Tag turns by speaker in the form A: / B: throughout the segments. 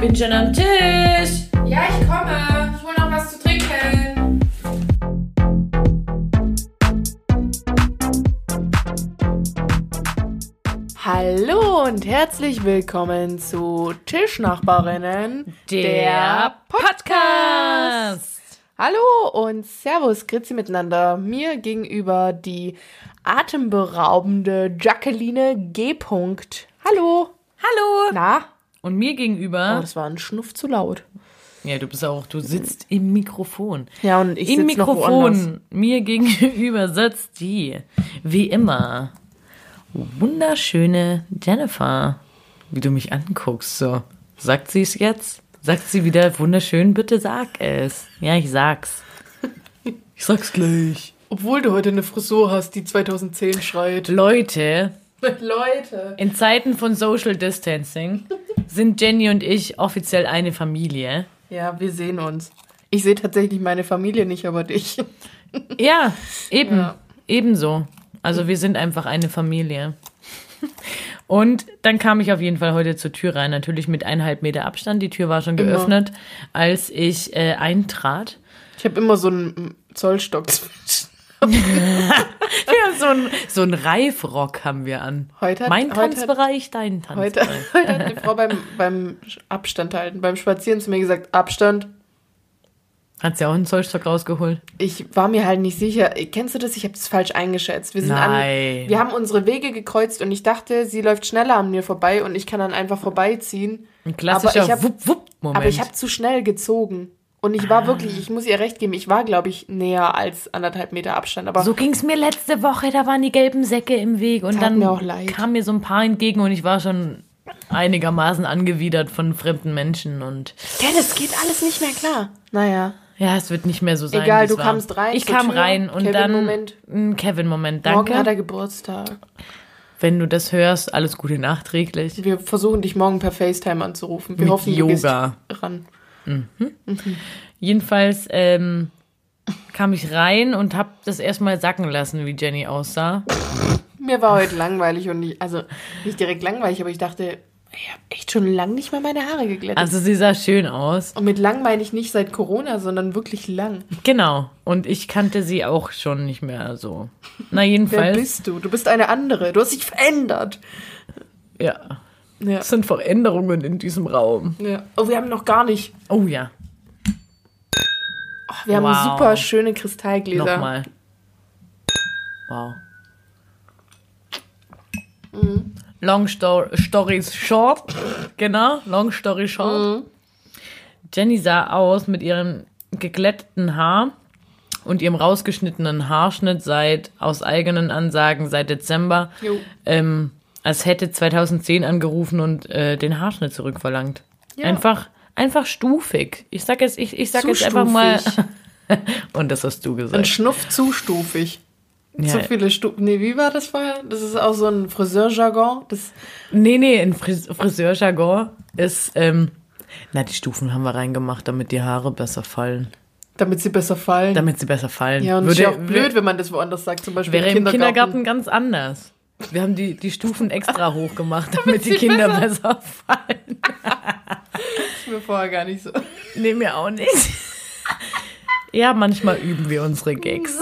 A: bin schon am Tisch.
B: Ja, ich komme. Ich hole noch was zu trinken.
C: Hallo und herzlich willkommen zu Tischnachbarinnen, Hallo und Servus, Grüezi miteinander. Mir gegenüber die atemberaubende Jacqueline G. -Punkt. Hallo.
A: Hallo.
C: Na?
A: Und mir
C: Oh,
A: gegenüber.
C: das war ein Schnuff zu laut.
A: Ja, du bist auch, du sitzt im Mikrofon.
C: Ja, und ich
A: Im
C: sitz noch woanders.
A: Mikrofon. Mir gegenüber sitzt die, wie immer, wunderschöne Jennifer. Wie du mich anguckst, so. Sagt sie es jetzt? Sagt sie wieder wunderschön, bitte sag es. Ja, ich sag's. Ich sag's gleich.
C: Obwohl du heute eine Frisur hast, die 2010 schreit.
A: Leute,
C: Leute.
A: In Zeiten von Social Distancing sind Jenny und ich offiziell eine Familie.
C: Ja, wir sehen uns. Ich sehe tatsächlich meine Familie nicht, aber dich.
A: Ja, eben,
C: Ja.
A: ebenso. Also wir sind einfach eine Familie. Und dann kam ich auf jeden Fall heute zur Tür rein, natürlich mit eineinhalb Meter Abstand. Die Tür war schon
C: Immer.
A: geöffnet, als ich äh, eintrat.
C: Ich habe immer so einen Zollstock zwischen.
A: Ja, so ein, so ein Reifrock haben wir an.
C: Heute hat-
A: mein
C: heute hat-
A: Tanzbereich, dein Tanzbereich.
C: Heute, heute hat eine Frau beim, beim Abstand halten, beim Spazieren zu mir gesagt, Abstand.
A: Hat's ja auch einen Zollstock rausgeholt.
C: Ich war mir halt nicht sicher. Kennst du das? Ich habe es falsch eingeschätzt. Wir sind
A: Nein.
C: an, wir haben unsere Wege gekreuzt und ich dachte, sie läuft schneller an mir vorbei und ich kann dann einfach vorbeiziehen.
A: Ein klassischer
C: ich hab-
A: Wupp-Wupp-Moment.
C: Aber ich habe zu schnell gezogen und ich war
A: Ah.
C: wirklich, ich muss ihr recht geben, ich war glaube ich näher als anderthalb Meter Abstand. Aber
A: So ging's mir letzte Woche, da waren die gelben Säcke im Weg und
C: Tat
A: dann
C: mir auch leid.
A: kamen mir so ein paar entgegen und ich war schon einigermaßen angewidert von fremden Menschen und
C: ja, das geht alles nicht mehr klar. Naja,
A: ja, es wird nicht mehr so sein.
C: Egal,
A: wie's
C: du
A: war.
C: kamst rein
A: Ich
C: zur
A: kam
C: Tür,
A: rein und
C: Kevin,
A: dann
C: Moment.
A: Ein Kevin Moment,
C: morgen hat er
A: danke.
C: Geburtstag.
A: Wenn du das hörst, alles Gute nachträglich.
C: Wir versuchen dich morgen per FaceTime anzurufen. Wir
A: Mit
C: hoffen, du gehst
A: Yoga.
C: ran.
A: Jedenfalls ähm, kam ich rein und hab das erstmal sacken lassen, wie Jenny aussah.
C: Mir war heute langweilig und ich, also nicht direkt langweilig, aber ich dachte, ich habe echt schon lang nicht mehr meine Haare geglättet.
A: Also sie sah schön aus.
C: und mit lang meine ich nicht seit Corona, sondern wirklich lang.
A: Genau. Und ich kannte sie auch schon nicht mehr so. Na
C: Wer
A: jedenfalls.
C: bist du? Du bist eine andere. Du hast dich verändert.
A: Ja.
C: Ja.
A: Es sind Veränderungen in diesem Raum.
C: ja. Oh, wir haben noch gar nicht.
A: Oh ja,
C: Oh, wir haben
A: Wow.
C: super schöne Kristallgläser.
A: nochmal. Wow. Mhm. Long sto Stories Short. Genau, Long Story Short. Jenny sah aus mit ihrem geglätteten Haar und ihrem rausgeschnittenen Haarschnitt seit, aus eigenen Ansagen, seit Dezember,
C: Jo.
A: ähm, als hätte 2010 angerufen und äh, den Haarschnitt zurückverlangt.
C: Ja.
A: Einfach, einfach stufig. Ich sag jetzt, ich, ich sag
C: Zu
A: jetzt einfach mal.
C: stufig.
A: Und das hast du
C: Ein
A: gesagt.
C: Schnuff zustufig.
A: Ja.
C: Zu viele Stufen. Nee, wie war das vorher? Das ist auch so ein Friseurjargon. Das
A: Nee, nee, in Fris Friseurjargon ist, ähm, na, die Stufen haben wir reingemacht, damit die Haare besser fallen.
C: Damit sie besser fallen.
A: Damit sie besser fallen.
C: ja, und es ist
A: Würde,
C: ja auch blöd, wenn man das woanders sagt, zum Beispiel
A: wäre im Kindergarten ganz anders. Wir haben die, die Stufen extra hoch gemacht, damit, die
C: sie
A: Kinder besser fallen.
C: Ist mir vorher gar nicht so.
A: Nee, mir auch nicht. Ja, manchmal üben wir unsere Gags.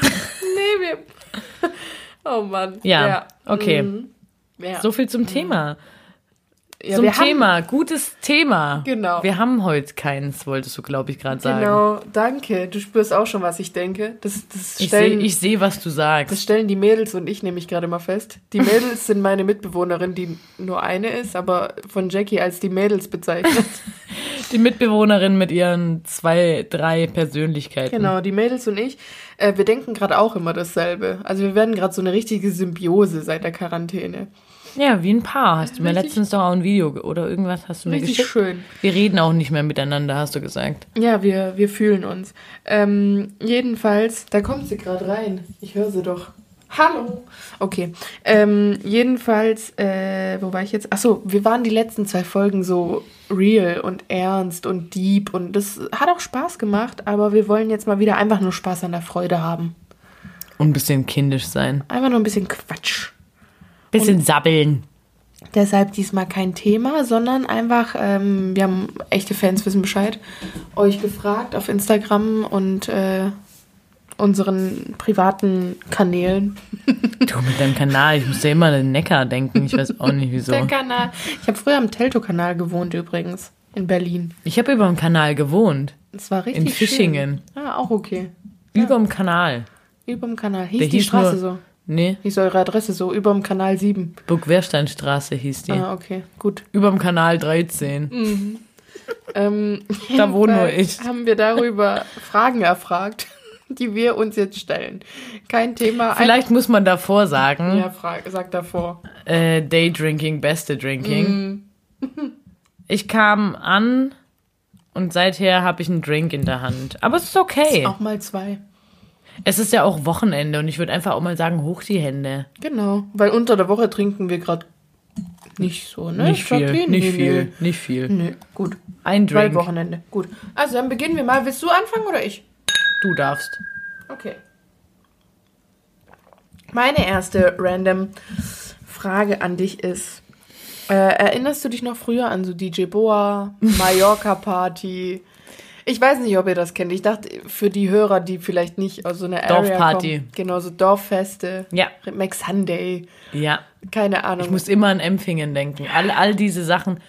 C: Nee, wir. Oh Mann.
A: Ja, okay.
C: Ja.
A: So viel zum Thema.
C: Mhm. ja,
A: zum
C: wir
A: Thema. Gutes Thema.
C: Genau.
A: Wir haben heute keins, wolltest du, glaube ich, gerade
C: Haben,
A: sagen.
C: genau, danke. Du spürst auch schon, was ich denke. Das, das,
A: Ich sehe,
C: stellen,
A: ich seh, was du
C: das
A: sagst.
C: stellen die Mädels und ich nämlich gerade mal fest. Die Mädels sind meine Mitbewohnerin, die nur eine ist, aber von Jackie als die Mädels bezeichnet.
A: Die Mitbewohnerin mit ihren zwei, drei Persönlichkeiten.
C: genau, die Mädels und ich. Äh, wir denken gerade auch immer dasselbe. Also wir werden gerade so eine richtige Symbiose seit der Quarantäne.
A: Ja, wie ein Paar. Hast du mir
C: Richtig-
A: letztens doch auch ein Video ge- oder irgendwas hast du mir
C: Richtig
A: geschickt.
C: schön.
A: Wir reden auch nicht mehr miteinander, hast du gesagt.
C: Ja, wir, wir fühlen uns. Ähm, jedenfalls, da kommt sie gerade rein. Ich höre sie doch. Hallo. Okay. Ähm, jedenfalls, äh, wo war ich jetzt? Achso, wir waren die letzten zwei Folgen so real und ernst und deep und das hat auch Spaß gemacht, aber wir wollen jetzt mal wieder einfach nur Spaß an der Freude haben.
A: Und ein bisschen kindisch sein.
C: Einfach nur ein bisschen Quatsch.
A: Bisschen sabbeln.
C: Deshalb diesmal kein Thema, sondern einfach, ähm, wir haben echte Fans wissen Bescheid, euch gefragt auf Instagram und äh, unseren privaten Kanälen.
A: Du mit deinem Kanal, ich muss ja immer an den Neckar denken. Ich weiß auch nicht wieso.
C: Der Kanal. Ich habe früher am Teltow-Kanal gewohnt übrigens, in Berlin.
A: Ich habe über dem Kanal gewohnt.
C: Das war richtig
A: In Fischingen.
C: Schön. Ah, auch okay.
A: Über dem Kanal.
C: Überm Kanal. Hieß
A: Der
C: die
A: hieß
C: Straße
A: nur-
C: so?
A: Nee,
C: Hieß eure Adresse so? Überm Kanal 7.
A: Burgwehrsteinstraße hieß die.
C: Ah, Mhm. okay, gut.
A: Über dem Kanal 13.
C: Ähm,
A: Da wohne nur
C: jedenfalls
A: ich.
C: Haben wir darüber Fragen erfragt, die wir uns jetzt stellen. Kein Thema.
A: Vielleicht muss man davor sagen,
C: Ja, frag, sag davor.
A: äh, Daydrinking, beste Drinking.
C: Mhm.
A: Ich kam an und seither habe ich einen Drink in der Hand. Aber es ist okay.
C: Auch mal zwei.
A: Es ist ja auch Wochenende und ich würde einfach auch mal sagen, hoch die Hände.
C: Genau. Weil unter der Woche trinken wir gerade nicht so, ne?
A: Nicht viel,
C: Jacqueline?
A: nicht
C: Nee,
A: viel, nicht viel.
C: Nee, nee. gut.
A: Ein
C: Weil
A: Drink,
C: Wochenende. Gut. Also dann beginnen wir mal. Willst du anfangen oder ich?
A: du darfst.
C: Okay. Meine erste random Frage an dich ist: äh, Erinnerst du dich noch früher an so DJ Boa, Mallorca Party? Ich weiß nicht, ob ihr das kennt. Ich dachte, für die Hörer, die vielleicht nicht aus so einer
A: Dorfparty.
C: Area kommen, genau so Dorffeste,
A: Ja.
C: Mac Sunday,
A: Ja,
C: keine Ahnung.
A: ich muss immer an Empfingen denken. All, all diese Sachen.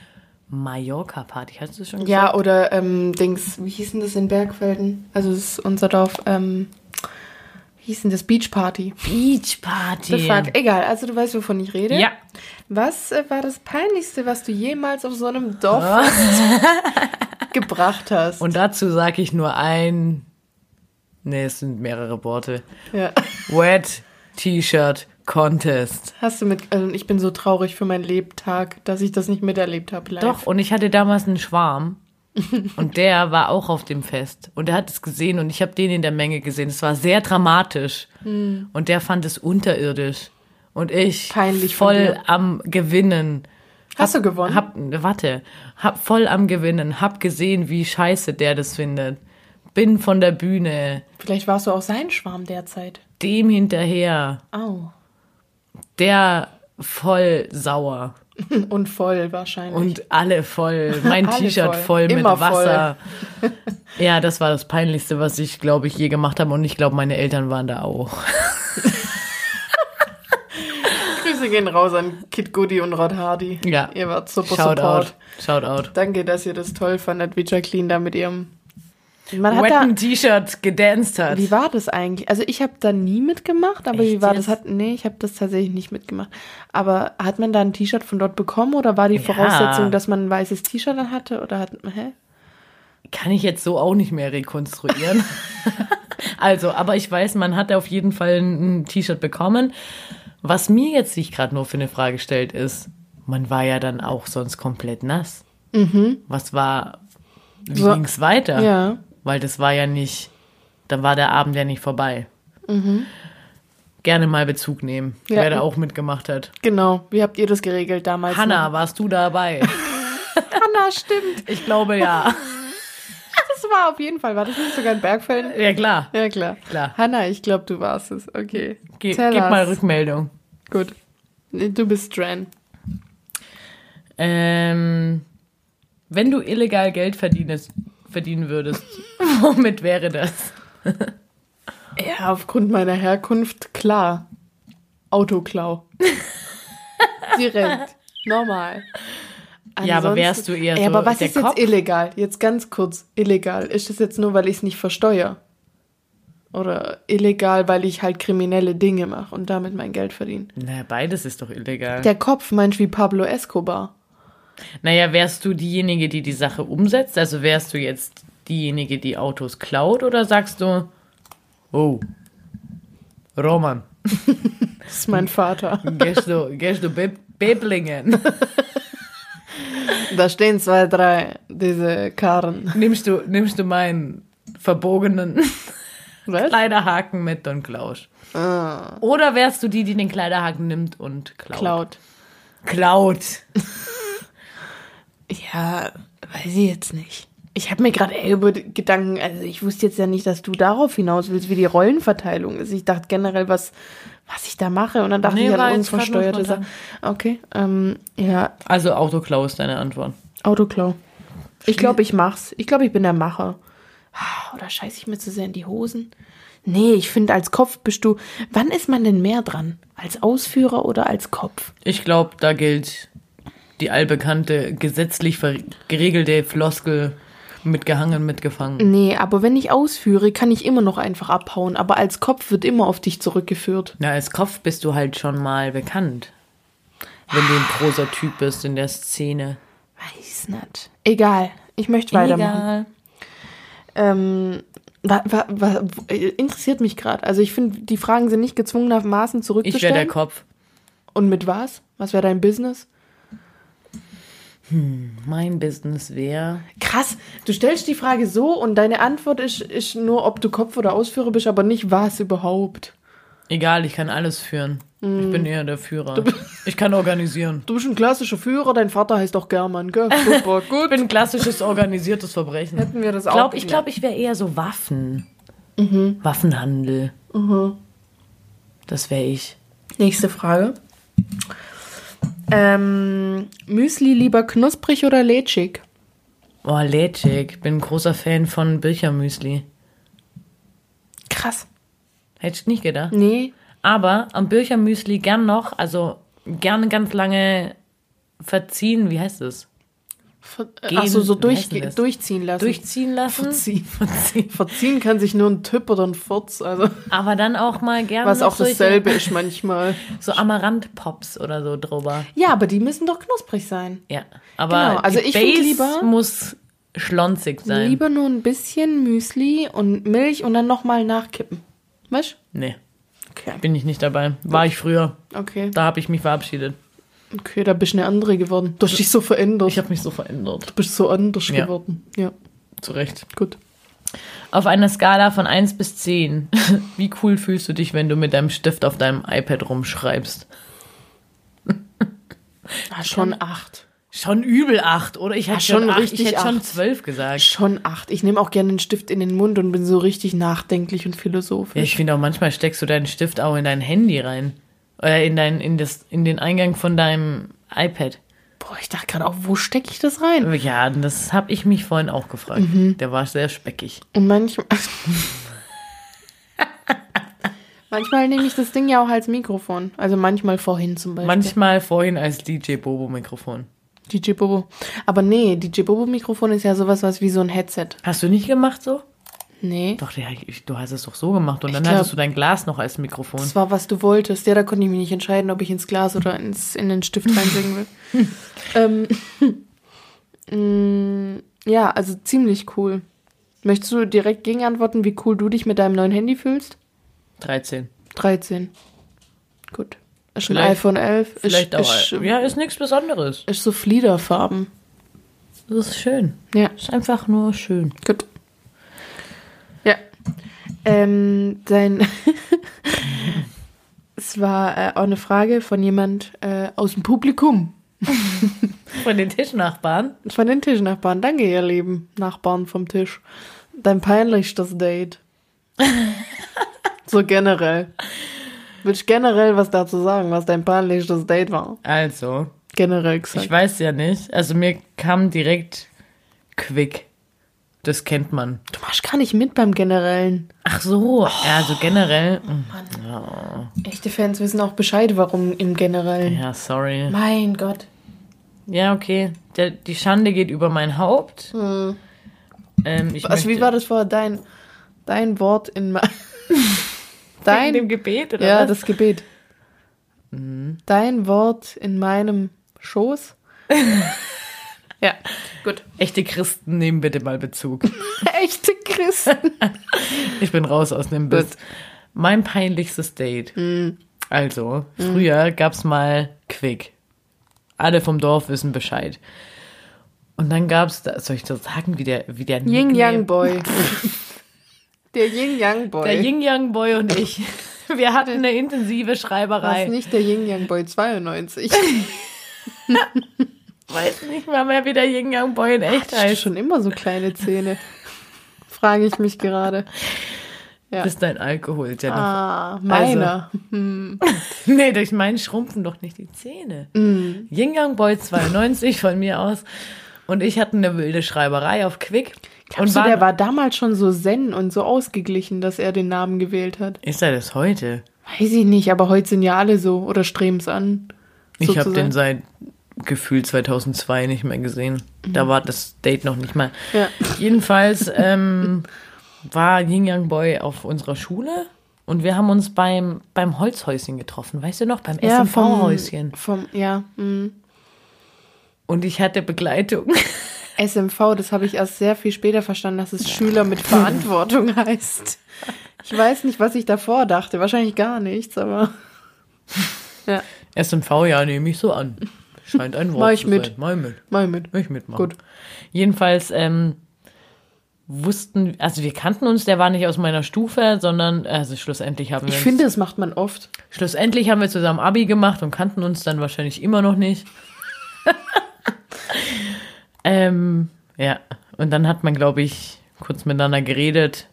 A: Mallorca-Party, hast du schon gesagt?
C: ja, oder ähm, Dings, wie hieß denn das in Bergfelden? Also das ist unser Dorf, ähm, wie hieß denn das? Beach Party.
A: Beach-Party.
C: Befragt. Egal, also du weißt, wovon ich rede.
A: Ja,
C: Was äh, war das Peinlichste, was du jemals auf so einem Dorffest gebracht hast?
A: Ah. und dazu sage ich nur ein... Nee, es sind mehrere Worte.
C: ja.
A: Wet T-Shirt Contest.
C: Hast du mit. Also ich bin so traurig für meinen Lebtag, dass ich das nicht miterlebt habe. live.
A: Doch, und ich hatte damals einen Schwarm. und der war auch auf dem Fest. Und der hat es gesehen und ich habe den in der Menge gesehen. Es war sehr dramatisch.
C: Hm.
A: Und der fand es unterirdisch. Und ich
C: Peinlich von
A: voll
C: dir.
A: am Gewinnen.
C: Hast du gewonnen?
A: Hab, warte, hab voll am Gewinnen. Hab gesehen, wie scheiße der das findet. Bin von der Bühne,
C: Vielleicht warst du auch sein Schwarm derzeit.
A: dem hinterher,
C: Au.
A: der voll sauer.
C: Hm, Und voll wahrscheinlich.
A: Und alle voll. Mein
C: Alle
A: T-Shirt
C: voll.
A: voll mit
C: Immer voll.
A: Wasser. ja, das war das Peinlichste, was ich, glaube ich, je gemacht habe. Und ich glaube, meine Eltern waren da auch.
C: Grüße gehen raus an Kid Goody und Rod Hardy.
A: Ja.
C: Ihr wart
A: Shout
C: super Support.
A: out. Shout out.
C: Danke, dass ihr das toll fandet, wie Jacqueline da mit ihrem. Man hat da,
A: Wetten T-Shirt gedanced hat.
C: Wie war das eigentlich? Also ich habe da nie mitgemacht, aber wie
A: Echt
C: war
A: jetzt?
C: das? Hat, nee, ich habe das tatsächlich nicht mitgemacht. Aber hat man da ein T-Shirt von dort bekommen oder war die Voraussetzung, dass man ein weißes T-Shirt dann hatte? Oder hat, hä?
A: Kann ich jetzt so auch nicht mehr rekonstruieren. also, aber ich weiß, man hat auf jeden Fall ein ein T-Shirt bekommen. Was mir jetzt sich gerade nur für eine Frage stellt, ist, man war ja dann auch sonst komplett nass. Was war, wie
C: So-
A: ging's weiter?
C: Mhm. Ja.
A: Weil das war ja nicht, dann war der Abend ja nicht vorbei. Gerne mal Bezug nehmen,
C: Mhm. Ja.
A: wer da auch mitgemacht hat.
C: genau. Wie habt ihr das geregelt damals?
A: Hanna, warst du dabei?
C: Hanna, stimmt.
A: Ich glaube ja.
C: Das war auf jeden Fall. War das nicht sogar in Bergfällen?
A: Ja klar.
C: Ja, klar.
A: Klar.
C: Hanna, ich glaube, du warst es. Okay.
A: Ge
C: Tell
A: gib mal
C: us.
A: Rückmeldung.
C: Gut. Nee, Du bist dran.
A: Ähm, wenn du illegal Geld verdienest, verdienen würdest, womit wäre das?
C: Ja, aufgrund meiner Herkunft, klar. Autoklau. Direkt. Normal.
A: Ja, aber
C: Ansonsten-
A: wärst du eher
C: Ey,
A: so
C: aber was
A: der
C: ist
A: Kopf?
C: jetzt illegal? Jetzt ganz kurz. Illegal. Ist das jetzt nur, weil ich es nicht versteuere? Oder illegal, weil ich halt kriminelle Dinge mache und damit mein Geld verdiene?
A: Naja, beides ist doch illegal.
C: Der Kopf meinst wie Pablo Escobar.
A: Naja, wärst du diejenige, die die Sache umsetzt? Also wärst du jetzt diejenige, die Autos klaut? Oder sagst du, oh, Roman,
C: Das ist mein Vater.
A: gehst du, gehst du Beb Beblingen?
C: Da stehen zwei, drei, diese Karren.
A: Nimmst du, nimmst du meinen verbogenen
C: Was?
A: Kleiderhaken mit und klaust?
C: Ah,
A: Oder wärst du die, die den Kleiderhaken nimmt und klaut?
C: Cloud.
A: Klaut.
C: Ja, weiß ich jetzt nicht. Ich habe mir gerade eher über die Gedanken, also ich wusste jetzt ja nicht, dass du darauf hinaus willst, wie die Rollenverteilung ist. Ich dachte generell, was, was ich da mache. Und dann dachte
A: Nee,
C: ich halt,
A: war
C: an
A: jetzt grad nur
C: unversteuerte Sachen.
A: spontan.
C: Okay, ähm, ja,
A: Also Autoklau ist deine Antwort.
C: Autoklau. Ich glaube, ich mach's. Ich glaube, ich bin der Macher. Ah, Oder scheiße ich mir zu sehr in die Hosen? Nee, ich finde, als Kopf bist du. Wann ist man denn mehr dran? Als Ausführer oder als Kopf?
A: Ich glaube, da gilt die allbekannte, gesetzlich ver- geregelte Floskel mit gehangen, mitgefangen.
C: Nee, aber wenn ich ausführe, kann ich immer noch einfach abhauen. Aber als Kopf wird immer auf dich zurückgeführt.
A: Na, als Kopf bist du halt schon mal bekannt. Wenn du ein großer Typ bist in der Szene.
C: Weiß nicht. Egal. Ich möchte weitermachen. Ähm, wa, wa, wa, interessiert mich gerade. Also ich finde, die Fragen sind nicht gezwungenermaßen
A: Ich wäre der
C: zurückzustellen.
A: Kopf.
C: Und mit was? Was wäre dein Business?
A: Mein Business wäre.
C: Krass, du stellst die Frage so und deine Antwort ist, ist nur, ob du Kopf oder Ausführer bist, aber nicht was überhaupt.
A: Egal, ich kann alles führen. Ich bin eher der Führer. Ich kann organisieren.
C: Du bist ein klassischer Führer, dein Vater heißt auch German, gell? Super,
A: Ich
C: gut.
A: bin glassisches organisiertes Verbrechen.
C: Hätten wir das
A: Glaub,
C: auch
A: ich glaube, ich wäre eher so Waffen.
C: Mhm.
A: Waffenhandel. Das wäre ich.
C: Nächste Frage. Ähm, Müsli lieber knusprig oder lätschig?
A: Oh, lätschig. Bin ein großer Fan von Birchermüsli.
C: Krass.
A: Hätte ich nicht gedacht.
C: Nee,
A: Aber am Birchermüsli gern noch, also gerne ganz lange verziehen, wie heißt es?
C: Ver äh,
A: Gehen,
C: Ach so, so
A: wie
C: durch,
A: heißt denn das?
C: durchziehen lassen.
A: Durchziehen lassen.
C: Verziehen.
A: Verziehen.
C: Verziehen kann sich nur ein Typ oder ein Furz, also
A: Aber dann auch mal gerne
C: was
A: noch
C: auch
A: solche-
C: dasselbe ist manchmal.
A: So Amaranth-Pops oder so drüber.
C: Ja, aber die müssen doch knusprig sein.
A: Ja. Aber
C: Genau, also
A: die
C: ich find
A: Base
C: lieber-
A: muss schlonzig sein.
C: Lieber nur ein bisschen Müsli und Milch und dann nochmal nachkippen. Weißt
A: Nee,
C: Okay.
A: bin ich nicht dabei. War ich früher.
C: Okay.
A: Da habe ich mich verabschiedet.
C: Okay, da bist du eine andere geworden. Du hast dich so verändert.
A: Ich habe mich so verändert.
C: du bist so anders
A: Ja.
C: geworden. Also Ja,
A: Zu Recht.
C: gut.
A: Auf einer Skala von 1 bis 10. Wie cool fühlst du dich, wenn du mit deinem Stift auf deinem iPad rumschreibst?
C: Ah, schon acht.
A: Schon übel 8, oder? Ich hätte
C: Ja, schon
A: schon, acht,
C: richtig
A: ich hätte schon
C: acht.
A: 12 gesagt.
C: Schon acht. Ich nehme auch gerne einen Stift in den Mund und bin so richtig nachdenklich und
A: Ja,
C: philosophisch.
A: ich finde auch manchmal steckst du deinen Stift auch in dein Handy rein. Oder in dein, in das, in den Eingang von deinem iPad.
C: Boah, ich dachte gerade auch, wo stecke ich das rein?
A: Ja, das habe ich mich vorhin auch gefragt.
C: Mhm.
A: Der war sehr speckig.
C: Und manchmal. manchmal nehme ich das Ding ja auch als Mikrofon. Also manchmal vorhin zum Beispiel.
A: Manchmal vorhin als DJ Bobo Mikrofon.
C: DJ Bobo. Aber nee, DJ Bobo Mikrofon ist ja sowas was wie so ein Headset.
A: Hast du nicht gemacht so?
C: Nee.
A: Doch, der, ich, du hast es doch so gemacht und
C: Ich
A: dann
C: glaub-
A: hattest du dein Glas noch als Mikrofon.
C: Das war, was du wolltest. Ja, da konnte ich mich nicht entscheiden, ob ich ins Glas oder ins, in den Stift reinsingen will. ähm, mm, ja, also ziemlich cool. Möchtest du direkt gegenantworten, wie cool du dich mit deinem neuen Handy fühlst?
A: 13.
C: 13. Gut. Ist ein
A: Vielleicht-
C: iPhone 11.
A: Vielleicht
C: ist,
A: auch.
C: Ist,
A: ja, ist nichts Besonderes.
C: ist so Fliederfarben.
A: Das ist schön.
C: Ja,
A: Ist einfach nur schön.
C: gut. Ja. Ähm, dein... Es war äh, auch eine Frage von jemand äh, aus dem Publikum.
A: Von den Tischnachbarn.
C: Von den Tischnachbarn. Danke, ihr lieben Nachbarn vom Tisch. Dein peinlichstes Date. so generell. Willst generell was dazu sagen, was dein peinlichstes Date war?
A: Also,
C: Generell
A: ich
C: gesagt.
A: weiß ja nicht. Also mir kam direkt Quick. Das kennt man.
C: Du machst gar nicht mit beim Generellen.
A: Ach so, ja, also generell. mm,
C: Echte Fans wissen auch Bescheid, warum im Generellen.
A: Ja, sorry.
C: Mein Gott.
A: Ja, okay. Der, die Schande geht über mein Haupt. Ähm, ich
C: Also,
A: möchte-
C: wie war das vorher? Dein, dein Wort in mein.
A: Wegen
C: dein.
A: dem Gebet oder
C: Ja, Mhm.
A: was?
C: das Gebet. Dein Wort in meinem Schoß? ja, gut.
A: Echte Christen nehmen bitte mal Bezug.
C: Echte Christen.
A: Ich bin raus aus dem Biss. Mein peinlichstes Date. Also, früher gab's mal Quick. Alle vom Dorf wissen Bescheid. Und dann gab's, da, soll ich das sagen, wie der, wie der
C: Yin
A: Nickname-
C: Yang Boy. der Yin Yang Boy.
A: Der Yin Yang Boy und ich. Wir hatten eine intensive
C: das
A: Schreiberei.
C: ist nicht der Yin Yang Boy 92.
A: weiß nicht mal mehr, wie der Yin Yang Boy in echt
C: Das ist
A: heißt.
C: schon immer so kleine Zähne. Frage ich mich gerade. Ja.
A: Das ist dein Alkohol, Jennifer.
C: Ah, meiner. Hm.
A: Nee, durch meinen schrumpfen doch nicht die Zähne.
C: Mm.
A: Yin Yang Boy 92 von mir aus. Und ich hatte eine wilde Schreiberei auf Quick.
C: Und
A: und
C: so,
A: waren-
C: der war damals schon so zen und so ausgeglichen, dass er den Namen gewählt hat.
A: Ist er das heute?
C: Weiß ich nicht, aber heute sind ja alle so oder streben's an.
A: Ich habe den
C: sozusagen.
A: seit Gefühl 2002 nicht mehr gesehen. Da war das Date noch nicht mal.
C: Mhm. Ja.
A: Jedenfalls ähm, war Yin Yang Boy auf unserer Schule und wir haben uns beim, beim Holzhäuschen getroffen. Weißt du noch? Beim
C: Ja, vom
A: SMV-Häuschen.
C: Vom, ja, mhm.
A: Und ich hatte Begleitung.
C: SMV, das habe ich erst sehr viel später verstanden, dass es Schüler mit Verantwortung heißt. Ich weiß nicht, was ich davor dachte. Wahrscheinlich gar nichts, aber. Ja,
A: SMV, ja, nehme ich so an. Scheint ein Wort
C: Mach ich
A: zu
C: mit.
A: sein. Mach ich mit.
C: mal mit.
A: Mach ich mitmachen.
C: Gut.
A: Jedenfalls ähm, wussten, also wir kannten uns, der war nicht aus meiner Stufe, sondern, also schlussendlich haben wir
C: Ich
A: uns-
C: finde, das macht man oft.
A: Schlussendlich haben wir zusammen Abi gemacht und kannten uns dann wahrscheinlich immer noch nicht. ähm, ja, und dann hat man, glaube ich, kurz miteinander geredet.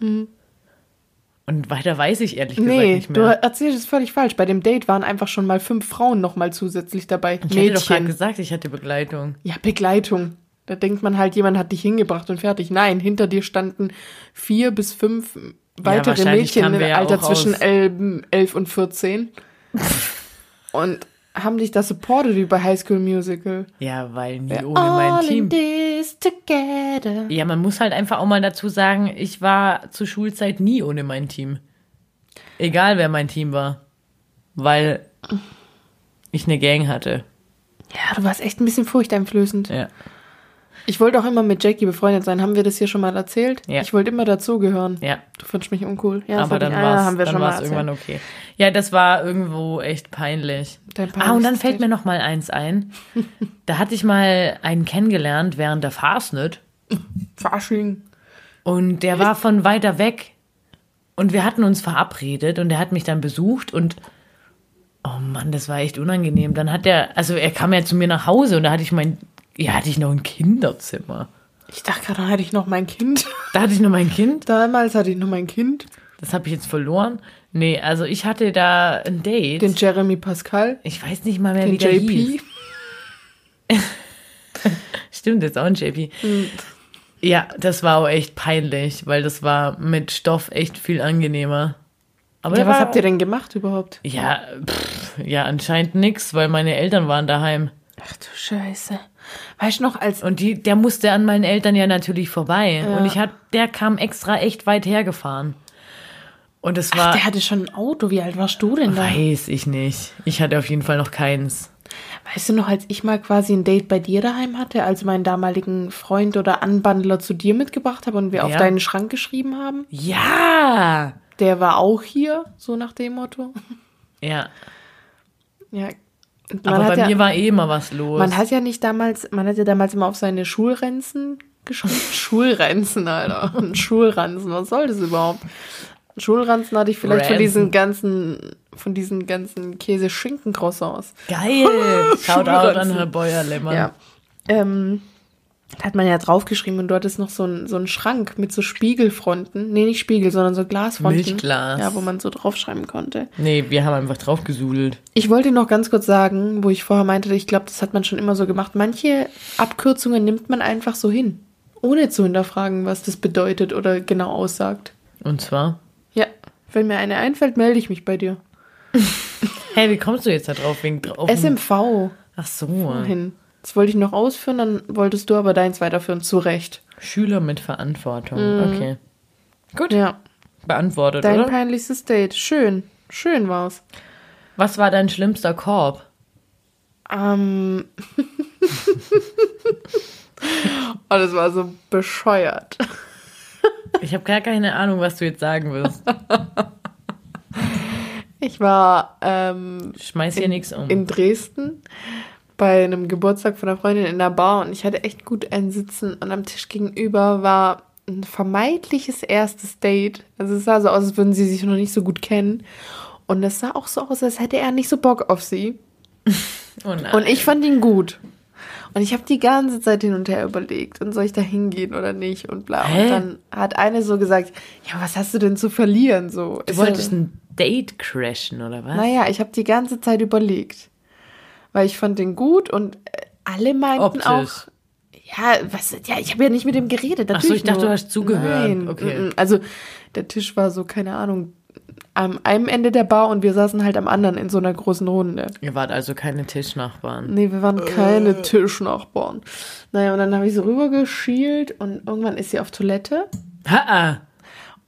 A: Und weiter weiß ich ehrlich gesagt
C: Mhm. Nee,
A: nicht
C: du
A: mehr.
C: erzählst es völlig falsch. Bei dem Date waren einfach schon mal fünf Frauen nochmal zusätzlich dabei.
A: Ich hätte doch gerade gesagt, ich hatte Begleitung.
C: Ja, Begleitung. Da denkt man halt, jemand hat dich hingebracht und fertig. Nein, hinter dir standen vier bis fünf weitere
A: wahrscheinlich
C: Mädchen
A: kamen
C: im
A: wir ja
C: Alter
A: auch
C: zwischen
A: aus-
C: elf, elf und 14 und haben dich da supported wie bei High School Musical.
A: Ja, weil nie ohne
C: Ah,
A: mein Team.
C: this together.
A: Ja, man muss halt einfach auch mal dazu sagen, ich war zur Schulzeit nie ohne mein Team. Egal wer mein Team war. Weil ich eine Gang hatte.
C: Ja, du warst echt ein bisschen furchteinflößend.
A: Ja.
C: Ich wollte auch immer mit Jackie befreundet sein. Haben wir das hier schon mal erzählt?
A: Ja.
C: Ich wollte immer dazugehören.
A: Ja,
C: Du fandst mich uncool. Ja, das
A: aber
C: hab
A: dann
C: ich, ah,
A: war
C: haben wir
A: es
C: schon mal erzählt.
A: irgendwann okay. Ja, das war irgendwo echt peinlich. Ah,
C: Dein
A: und dann
C: peinlichstes
A: fällt mir noch mal eins ein. da hatte ich mal einen kennengelernt während der Fastnet
C: Fasching.
A: und der war von weiter weg und wir hatten uns verabredet und er hat mich dann besucht und oh Mann, das war echt unangenehm. Dann hat er, also er kam ja zu mir nach Hause und da hatte ich mein, ja, hatte ich noch ein Kinderzimmer.
C: Ich dachte gerade, dann hatte ich noch mein Kind.
A: Da hatte ich noch mein Kind.
C: Damals hatte ich noch mein Kind,
A: Das habe ich jetzt verloren. Nee, also ich hatte da ein Date.
C: den Jeremy Pascal,
A: ich weiß nicht mal mehr,
C: den
A: wie der hieß.
C: JP.
A: Stimmt, jetzt auch ein JP.
C: Hm.
A: Ja, das war auch echt peinlich, weil das war mit Stoff echt viel angenehmer. Aber
C: Ja,
A: der
C: was
A: war-
C: habt ihr denn gemacht überhaupt?
A: Ja, pff, ja, anscheinend nix, weil meine Eltern waren daheim.
C: Ach du Scheiße. Weißt du noch, als.
A: Und die, der musste an meinen Eltern ja natürlich vorbei.
C: Ja.
A: Und ich hat, der kam extra echt weit hergefahren. Und es
C: Ach,
A: war,
C: der hatte schon ein Auto. Wie alt warst du denn da?
A: weiß ich nicht. Ich hatte auf jeden Fall noch keins.
C: Weißt du noch, als ich mal quasi ein Date bei dir daheim hatte, als meinen damaligen Freund oder Anbandler zu dir mitgebracht habe und wir auf
A: Ja.
C: deinen Schrank geschrieben haben?
A: Ja!
C: Der war auch hier, so nach dem Motto.
A: Ja,
C: Ja. Und man
A: aber
C: hat
A: bei
C: ja-
A: mir war eh immer was los.
C: Man hat ja nicht damals, man hat ja damals immer auf seine Schulrenzen geschrieben. Schulrenzen, Alter. Ein Schulranzen, was soll das überhaupt? Ein Schulranzen hatte ich vielleicht von
A: Ranzen.
C: diesen ganzen, von diesen ganzen Käse-Schinken-Croissants.
A: Geil! Shoutout an
C: Schulranzen.
A: Herr Beuer-Lemmern.
C: Ja. Ähm, da hat man ja draufgeschrieben und dort ist noch so ein, so ein Schrank mit so Spiegelfronten. Nee, nicht Spiegel, sondern so Glasfronten.
A: Milchglas.
C: Ja, wo man so draufschreiben konnte.
A: Nee, wir haben einfach draufgesudelt.
C: Ich wollte noch ganz kurz sagen, wo ich vorher meinte, ich glaube, das hat man schon immer so gemacht. Manche Abkürzungen nimmt man einfach so hin, ohne zu hinterfragen, was das bedeutet oder genau aussagt.
A: Und zwar.
C: Ja, wenn mir eine einfällt, melde ich mich bei dir.
A: Hey, wie kommst du jetzt da drauf? Wegen drauf?
C: SMV
A: Ach so.
C: hin. Das wollte ich noch ausführen, dann wolltest du aber deins weiterführen, zu Recht.
A: Schüler mit Verantwortung. Okay. Gut.
C: Ja,
A: Beantwortet,
C: Mhm. dein
A: oder?
C: peinlichstes Date. Schön, schön war's.
A: Was war dein schlimmster Korb?
C: Ähm. oh, das war so bescheuert.
A: Ich habe gar keine Ahnung, was du jetzt sagen wirst.
C: Ich war ähm,
A: Schmeiß hier nichts um.
C: in Dresden bei einem Geburtstag von einer Freundin in einer Bar und ich hatte echt gut ein Sitzen und am Tisch gegenüber war ein vermeintliches erstes Date. Also es sah so aus, als würden sie sich noch nicht so gut kennen. Und es sah auch so aus, als hätte er nicht so Bock auf sie.
A: oh nein.
C: Und ich fand ihn gut. Und ich habe die ganze Zeit hin und her überlegt, und soll ich da hingehen oder nicht und bla.
A: Hä?
C: Und dann hat eine so gesagt, ja, was hast du denn zu verlieren? So,
A: Du
C: Ist
A: wolltest
C: ja,
A: ein Date crashen, oder was?
C: Naja, ich habe die ganze Zeit überlegt, weil ich fand den gut und äh, alle meinten
A: Optisch.
C: auch, ja, was, ja, ich habe ja nicht mit dem geredet.
A: Ach so,
C: natürlich
A: ich dachte,
C: nur.
A: du hast zugehört.
C: Nein,
A: Okay.
C: mm, mm. Also der Tisch war so, keine Ahnung, am einem Ende der Bar und wir saßen halt am anderen in so einer großen Runde.
A: Ihr wart also keine Tischnachbarn.
C: Nee, wir waren keine Tischnachbarn. Naja, und dann habe ich so rübergeschielt und irgendwann ist sie auf Toilette.
A: Ha, ah,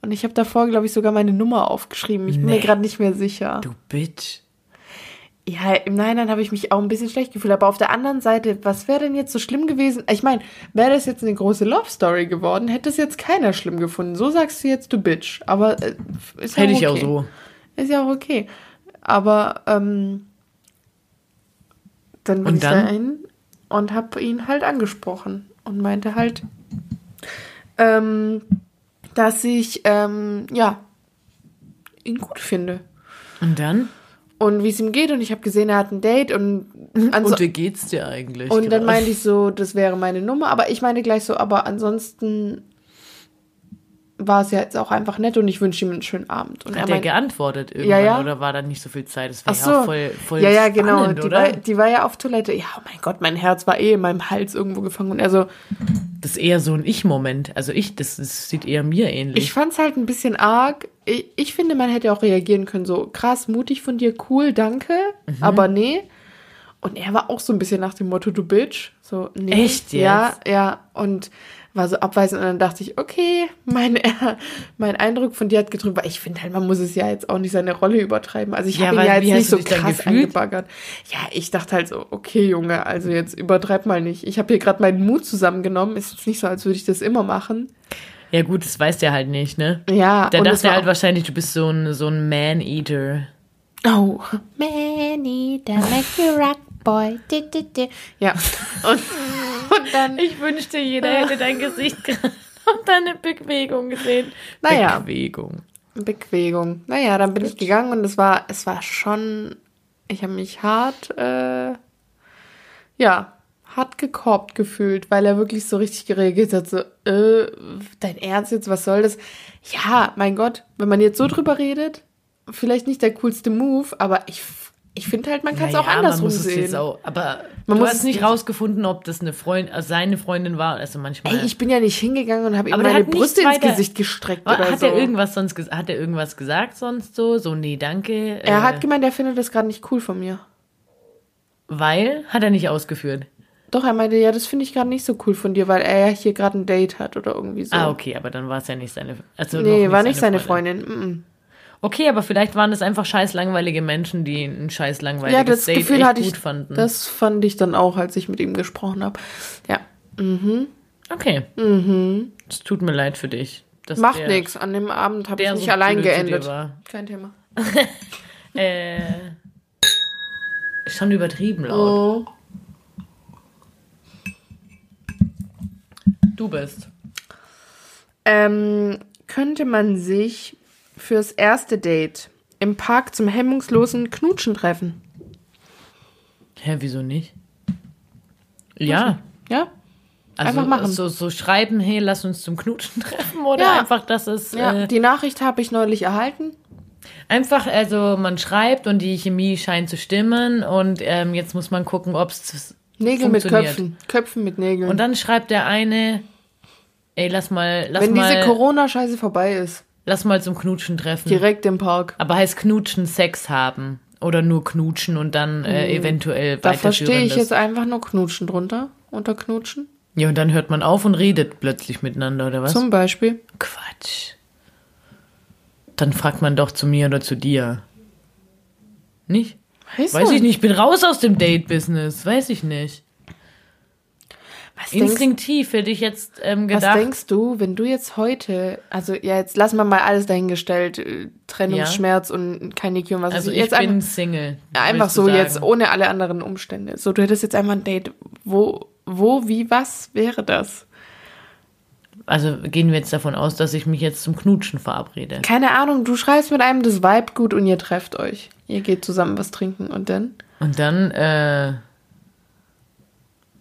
C: Und ich habe davor, glaube ich, sogar meine Nummer aufgeschrieben. Ich bin
A: Nee.
C: mir gerade nicht mehr sicher.
A: du Bitch.
C: Ja, im Nachhinein habe ich mich auch ein bisschen schlecht gefühlt. Aber auf der anderen Seite, was wäre denn jetzt so schlimm gewesen? Ich meine, wäre das jetzt eine große Love Story geworden, hätte es jetzt keiner schlimm gefunden. So sagst du jetzt, du Bitch. Aber äh, ist ja
A: Hätte ich
C: okay.
A: auch so.
C: Ist ja auch okay. Aber ähm, dann bin
A: Und
C: ich
A: dann?
C: da hin und habe ihn halt angesprochen und meinte halt, ähm, dass ich ähm, ja ihn gut finde
A: Und dann?
C: und wie es ihm geht und ich habe gesehen, er hat ein Date und anso-
A: und wie geht's dir eigentlich?
C: Also und dann
A: gerade?
C: meinte ich so, das wäre meine Nummer, aber ich meine gleich so, aber ansonsten war es ja jetzt auch einfach nett und ich wünsche ihm einen schönen Abend. Und er
A: Hat der
C: meinte-
A: geantwortet irgendwann
C: ja.
A: oder war da nicht so viel Zeit? Das war
C: Ach
A: ja auch
C: so.
A: voll, voll
C: ja, ja,
A: spannend,
C: genau. die,
A: oder?
C: War, die war ja auf Toilette. Ja, oh mein Gott, mein Herz war eh in meinem Hals irgendwo gefangen. Und also,
A: Das ist eher so ein Ich-Moment. Also ich, das, das sieht eher mir ähnlich.
C: ich fand's halt ein bisschen arg. Ich, ich finde, man hätte auch reagieren können. So krass, mutig von dir, cool, danke.
A: Mhm.
C: Aber nee. Und er war auch so ein bisschen nach dem Motto, du Bitch. So, nee.
A: Echt jetzt?
C: Ja, ja. Und war so abweisend. Und dann dachte ich, okay, mein, mein Eindruck von dir hat getrübt. Weil ich finde halt, man muss es ja jetzt auch nicht seine Rolle übertreiben. Also ich
A: Ja,
C: habe ihn
A: weil
C: ja
A: wie
C: jetzt
A: hast du
C: nicht so
A: dich dann
C: krass
A: gefühlt?
C: angebaggert. Ja, ich dachte halt so, okay, Junge, also jetzt übertreib mal nicht. Ich habe hier gerade meinen Mut zusammengenommen. Ist jetzt nicht so, als würde ich das immer machen.
A: ja gut, das weiß der halt nicht, ne?
C: Ja,
A: Der
C: und es
A: dachte
C: war
A: halt
C: auch-
A: wahrscheinlich, du bist so ein, so ein Man-Eater.
C: Oh.
D: Manny, the Mickey Rock Boy. Du, du, du.
C: Ja. Und, und dann.
A: Ich wünschte, jeder hätte dein Gesicht gerade und deine Bewegung gesehen.
C: Naja.
A: Bewegung.
C: Bewegung. Naja, dann bin ich gegangen und es war, es war schon. Ich habe mich hart, äh, ja, hart gekorbt gefühlt, weil er wirklich so richtig geregelt hat. So, äh, dein Ernst jetzt, was soll das? Ja, mein Gott, wenn man jetzt so drüber redet, vielleicht nicht der coolste Move, aber ich, f- ich finde halt, man kann es auch
A: Naja,
C: andersrum
A: man muss Es
C: sehen.
A: jetzt auch, aber
C: Man
A: du
C: muss
A: hast
C: es
A: nicht
C: jetzt-
A: rausgefunden, ob das eine Freundin, also seine Freundin war. Also manchmal.
C: Ey, ich bin ja nicht hingegangen und habe ihm
A: Aber der
C: meine
A: hat nicht
C: Brüste ins
A: weiter-
C: Gesicht gestreckt
A: Wa-
C: oder
A: hat
C: so.
A: er irgendwas sonst ges- hat er irgendwas gesagt sonst so so nee danke
C: Er
A: äh,
C: hat gemeint, er findet das gerade nicht cool von mir.
A: weil hat er nicht ausgeführt
C: Doch, er meinte, ja, das finde ich gerade nicht so cool von dir, weil er ja hier gerade ein Date hat oder irgendwie so.
A: ah okay aber dann war es ja nicht seine also noch
C: Nee, war nicht seine Freundin. Mm
A: okay aber vielleicht waren es einfach scheiß langweilige Menschen die ein scheiß
C: -mm.
A: langweiliges
C: Ja, das
A: Date
C: Gefühl
A: echt
C: hatte ich.
A: gut fanden
C: Das fand ich dann auch, als ich mit ihm gesprochen habe. Ja.
A: okay es tut mir leid für dich dass
C: Mhm. Macht
A: der-
C: nichts. An dem Abend habe ich
A: der
C: nicht
A: so
C: allein
A: blöd zu dir
C: geendet.
A: war.
C: Kein Thema.
A: äh, ist schon übertrieben laut
C: Oh. Oh.
A: du bist
C: Ähm, könnte man sich fürs erste Date im Park zum hemmungslosen Knutschen treffen?
A: hä wieso nicht ja
C: Ja?
A: Also
C: Einfach machen.
A: So, so schreiben, hey, lass uns zum Knutschen treffen oder
C: Ja.
A: einfach, dass es
C: Ja.
A: äh,
C: Die Nachricht habe ich neulich erhalten.
A: einfach, also man schreibt und die Chemie scheint zu stimmen und ähm, jetzt muss man gucken, ob es
C: Nägel mit
A: funktioniert.
C: Köpfen. Köpfen mit Nägeln.
A: Und dann schreibt der eine, ey, lass mal, lass
C: Wenn diese
A: mal,
C: Corona-Scheiße vorbei ist,
A: lass mal zum Knutschen treffen.
C: direkt im Park.
A: Aber heißt Knutschen Sex haben oder nur Knutschen und dann äh, eventuell
C: Hm, Da verstehe ich
A: weiterführendes?
C: jetzt einfach nur Knutschen drunter, unter Knutschen.
A: Ja, und dann hört man auf und redet plötzlich miteinander oder was?
C: Zum Beispiel.
A: Quatsch. Dann fragt man doch zu mir oder zu dir. Nicht?
C: Weißt
A: Weiß
C: du?
A: ich nicht, ich bin raus aus dem Date-Business. Weiß ich nicht.
C: Was denkst,
A: Instinktiv hätte ich jetzt ähm,
C: was
A: gedacht.
C: denkst du, wenn du jetzt heute, also ja, jetzt lassen wir mal alles dahingestellt, äh, Trennungsschmerz und kein Niki und was
A: also
C: weiß
A: ich
C: jetzt
A: bin
C: einfach,
A: Single.
C: einfach
A: würdest du
C: so
A: sagen.
C: jetzt, ohne alle anderen Umstände. So, du hättest jetzt einfach ein Date. Wo, wo, wie, was wäre das?
A: Also gehen wir jetzt davon aus, dass ich mich jetzt zum Knutschen verabrede.
C: Keine Ahnung, du schreibst mit einem das Vibe gut und ihr trefft euch. Ihr geht zusammen was trinken und dann?
A: Und dann, äh,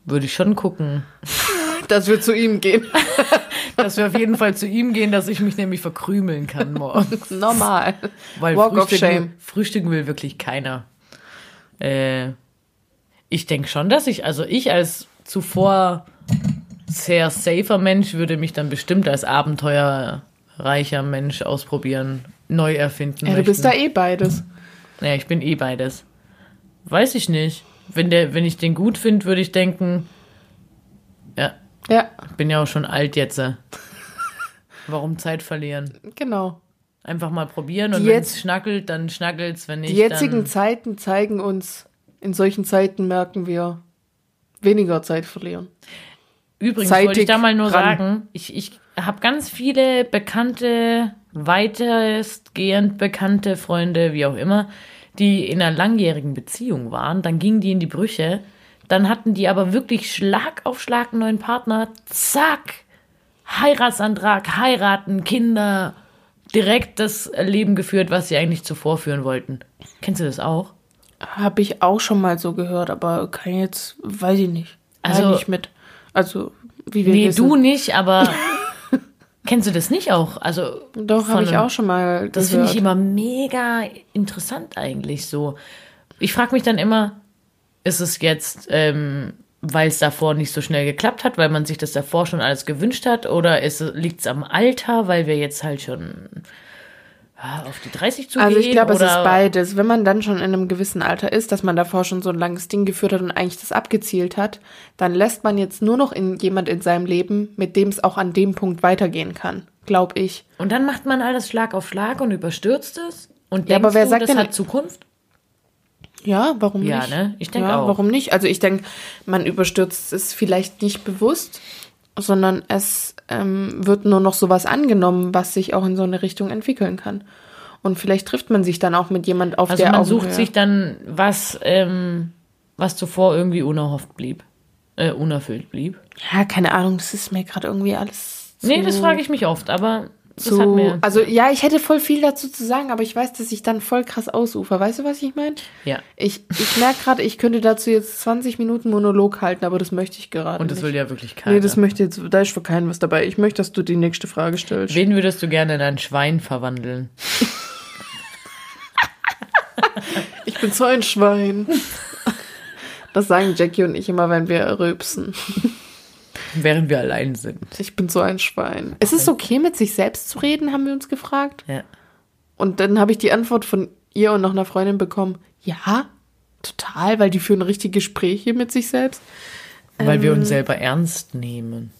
A: Würde ich schon gucken.
C: Dass wir zu ihm gehen.
A: Dass wir auf jeden Fall zu ihm gehen, dass ich mich nämlich verkrümeln kann morgen.
C: Normal.
A: Weil
C: Walk of
A: Frühstücken,
C: Shame.
A: Frühstücken will wirklich keiner. Äh, ich denke schon, dass ich, also ich als zuvor sehr safer Mensch würde mich dann bestimmt als abenteuerreicher Mensch ausprobieren, neu erfinden.
C: Ja, du bist da
A: möchten.
C: eh beides.
A: Naja, ich bin eh beides. Weiß ich nicht. Wenn, der, wenn ich den gut finde, würde ich denken, ja,
C: Ja,
A: bin ja auch schon alt jetzt. äh. Warum Zeit verlieren?
C: genau.
A: Einfach mal probieren und
C: Die
A: wenn es
C: jetzt-
A: schnackelt, dann schnackelt's, wenn nicht,
C: Die jetzigen
A: dann...
C: Zeiten zeigen uns, in solchen Zeiten merken wir, weniger Zeit verlieren.
A: Übrigens
C: Zeitig
A: wollte ich da mal nur
C: ran.
A: sagen, ich, ich habe ganz viele bekannte, weitestgehend bekannte Freunde, wie auch immer, die in einer langjährigen Beziehung waren. Dann gingen die in die Brüche. Dann hatten die aber wirklich Schlag auf Schlag einen neuen Partner. Zack! Heiratsantrag, heiraten, Kinder. Direkt das Leben geführt, was sie eigentlich zuvor führen wollten. Kennst du das auch?
C: Habe ich auch schon mal so gehört, aber kann jetzt, weiß ich nicht.
A: Also-
C: Also nicht mit. Also, wie wir
A: Nee,
C: wissen.
A: du nicht, aber kennst du das nicht auch? Also
C: Doch,
A: von
C: habe ich
A: einem-
C: auch schon mal
A: Das finde
C: gehört.
A: ich immer mega interessant eigentlich so. Ich frage mich dann immer, ist es jetzt, ähm, weil es davor nicht so schnell geklappt hat, weil man sich das davor schon alles gewünscht hat, oder liegt es am Alter, weil wir jetzt halt schon ah, auf die 30 zugehen?
C: Also ich glaube, es
A: oder
C: ist beides. Wenn man dann schon in einem gewissen Alter ist, dass man davor schon so ein langes Ding geführt hat und eigentlich das abgezielt hat, dann lässt man jetzt nur noch in, jemand in seinem Leben, mit dem es auch an dem Punkt weitergehen kann, glaube ich.
A: Und dann macht man alles Schlag auf Schlag und überstürzt es und
C: Ja,
A: denkt,
C: aber wer sagt
A: das
C: denn-
A: hat Zukunft?
C: Ja, warum
A: Ja,
C: nicht?
A: ne? Ich denk auch.
C: Warum nicht? Also ich denke, man überstürzt es vielleicht nicht bewusst, sondern es ähm, wird nur noch sowas angenommen, was sich auch in so eine Richtung entwickeln kann. Und vielleicht trifft man sich dann auch mit jemand auf
A: Also
C: der
A: man
C: Augenhöhe.
A: sucht sich dann was, ähm, was zuvor irgendwie unerhofft blieb, äh, unerfüllt blieb.
C: Ja, keine Ahnung, das ist mir gerade irgendwie alles.
A: Nee,
C: zu-
A: das frage ich mich oft, aber das
C: zu,
A: hat mir.
C: also ja, ich hätte voll viel dazu zu sagen, aber ich weiß, dass ich dann voll krass ausufer. Weißt du, was ich meine?
A: ja.
C: Ich, ich merke gerade, ich könnte dazu jetzt 20 Minuten Monolog halten, aber das möchte ich gerade.
A: Und das will
C: nicht.
A: ja wirklich keiner.
C: Nee, das möchte jetzt, da ist für keinen was dabei. Ich möchte, dass du die nächste Frage stellst.
A: Wen würdest du gerne in ein Schwein verwandeln?
C: Ich bin so ein Schwein. Das sagen Jackie und ich immer, wenn wir rülpsen.
A: Während wir allein sind.
C: Ich bin so ein Schwein. Es ist okay, mit sich selbst zu reden, haben wir uns gefragt.
A: Ja.
C: Und dann habe ich die Antwort von ihr und noch einer Freundin bekommen. Ja, total, weil die führen richtig Gespräche mit sich selbst.
A: Weil wir
C: Ähm.
A: uns selber ernst nehmen.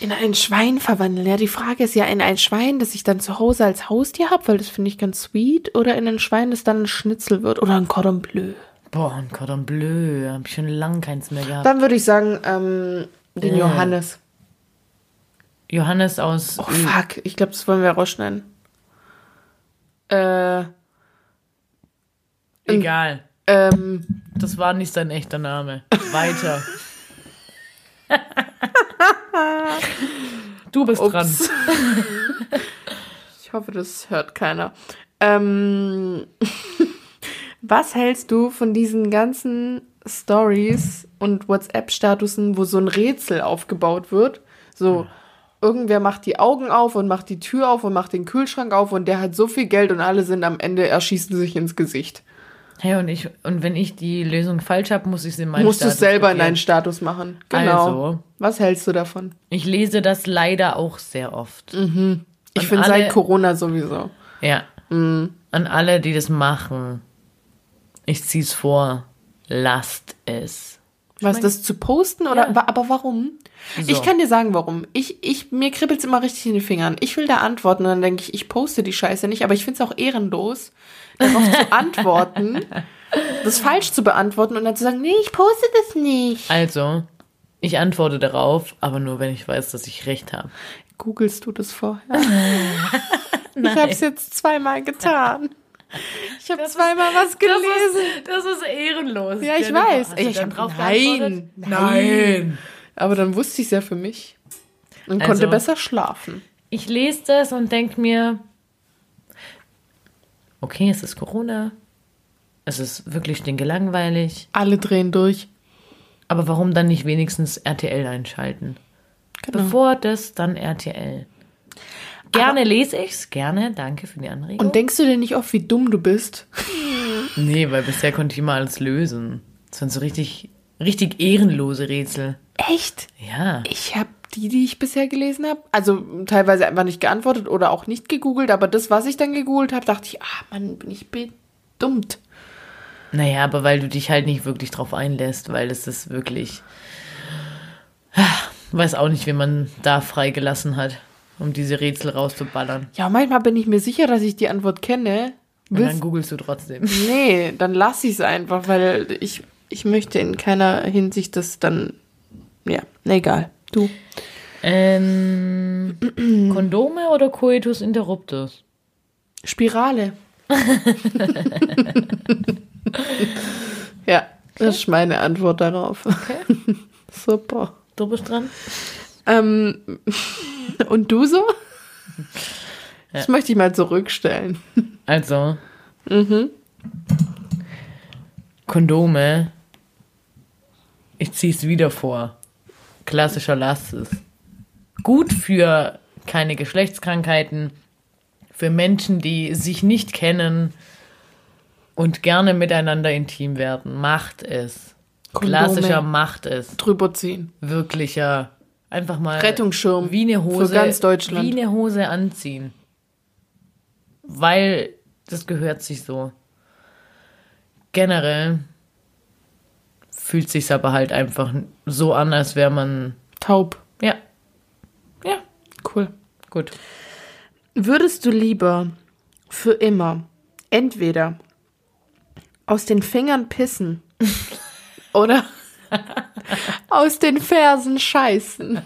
C: In ein Schwein verwandeln. Ja, die Frage ist ja in ein Schwein, das ich dann zu Hause als Haustier habe, weil das finde ich ganz sweet. Oder in ein Schwein, das dann ein Schnitzel wird oder ein Cordon Bleu.
A: Boah, ein Cordon Bleu. Hab ich schon lange keins mehr gehabt.
C: Dann würde ich sagen, ähm, den
A: Äh.
C: Johannes.
A: Johannes aus.
C: Oh fuck, ich glaube, das wollen wir rausschneiden. Äh,
A: Egal.
C: ähm,
A: Das war nicht sein echter Name. Weiter. du bist dran.
C: ups. ich hoffe, das hört keiner. Ähm, was hältst du von diesen ganzen Stories und WhatsApp-Statusen, wo so ein Rätsel aufgebaut wird? So, irgendwer macht die Augen auf und macht die Tür auf und macht den Kühlschrank auf und der hat so viel Geld und alle sind am Ende, erschießen sich ins Gesicht.
A: Hey, und, ich, und wenn ich die Lösung falsch habe, muss ich sie in meinen
C: Musst du es
A: Status
C: selber in
A: kopieren.
C: deinen Status machen. Genau.
A: Also.
C: Was hältst du davon?
A: Ich lese das leider auch sehr oft.
C: Mhm. Ich Mhm.
A: Und
C: finde
A: alle-
C: seit Corona sowieso.
A: Ja. An alle, die das machen, ich zieh's vor, lasst es.
C: Was, das zu posten oder,
A: Ja.
C: wa- aber warum?
A: Wieso?
C: Ich kann dir sagen, warum. Ich, ich, mir kribbelt's immer richtig in den Fingern. Ich will da antworten und dann denke ich, ich poste die Scheiße nicht, aber ich find's auch ehrenlos, darauf zu antworten, das falsch zu beantworten und dann zu sagen, nee, ich poste das nicht.
A: Also, ich antworte darauf, aber nur, wenn ich weiß, dass ich recht habe.
C: Googlest du das vorher? ich hab's jetzt zweimal getan. Ich habe zweimal was gelesen.
A: Das ist ehrenlos.
C: Ja, ich
A: Jennifer.
C: weiß.
A: Hast du
C: Ich
A: dann
C: hab-
A: drauf
C: nein,
A: geantwortet? nein.
C: Aber dann wusste ich's ja für mich und
A: Also-
C: konnte besser schlafen.
A: Ich lese das und denke mir, okay, es ist Corona. Es ist wirklich stinkelangweilig.
C: Alle drehen durch.
A: Aber warum dann nicht wenigstens RTL einschalten? Bevor das dann RTL. Gerne lese ich's, gerne, danke für die Anregung.
C: Und denkst du denn nicht oft, wie dumm du bist?
A: nee, weil bisher konnte ich immer alles lösen. Das waren so richtig, richtig ehrenlose Rätsel.
C: Echt?
A: Ja.
C: Ich habe die, die ich bisher gelesen habe, also teilweise einfach nicht geantwortet oder auch nicht gegoogelt, aber das, was ich dann gegoogelt habe, dachte ich, ah Mann, bin ich bedummt.
A: Naja, aber weil du dich halt nicht wirklich drauf einlässt, weil es ist wirklich. ah, Weiß auch nicht, wie man da freigelassen hat, um diese Rätsel rauszuballern.
C: Ja, manchmal bin ich mir sicher, dass ich die Antwort kenne.
A: Und dann
C: Bis,
A: googelst du trotzdem.
C: nee, dann lasse ich es einfach, weil ich, ich möchte in keiner Hinsicht das dann. Ja, na egal. Du.
A: Ähm, Kondome oder Coitus interruptus?
C: Spirale. ja, das ist meine Antwort darauf. Super.
A: Du bist dran?
C: Ähm, und du so? Das möchte ich mal zurückstellen.
A: Also. Kondome. Ich ziehe es wieder vor. Klassischer Lastes. Gut für keine Geschlechtskrankheiten, für Menschen, die sich nicht kennen und gerne miteinander intim werden. Macht es. Klassischer
C: Kondome
A: macht es.
C: drüberziehen.
A: Wirklicher. Einfach mal.
C: Rettungsschirm.
A: Äh, Wie eine Hose.
C: Um Für ganz Deutschland.
A: Wie eine Hose anziehen. Weil das gehört sich so. Generell fühlt sich's aber halt einfach so an, als wäre man.
C: Taub.
A: Ja. Ja,
C: Cool.
A: gut.
C: Würdest du lieber für immer entweder aus den Fingern pissen oder aus den Fersen scheißen?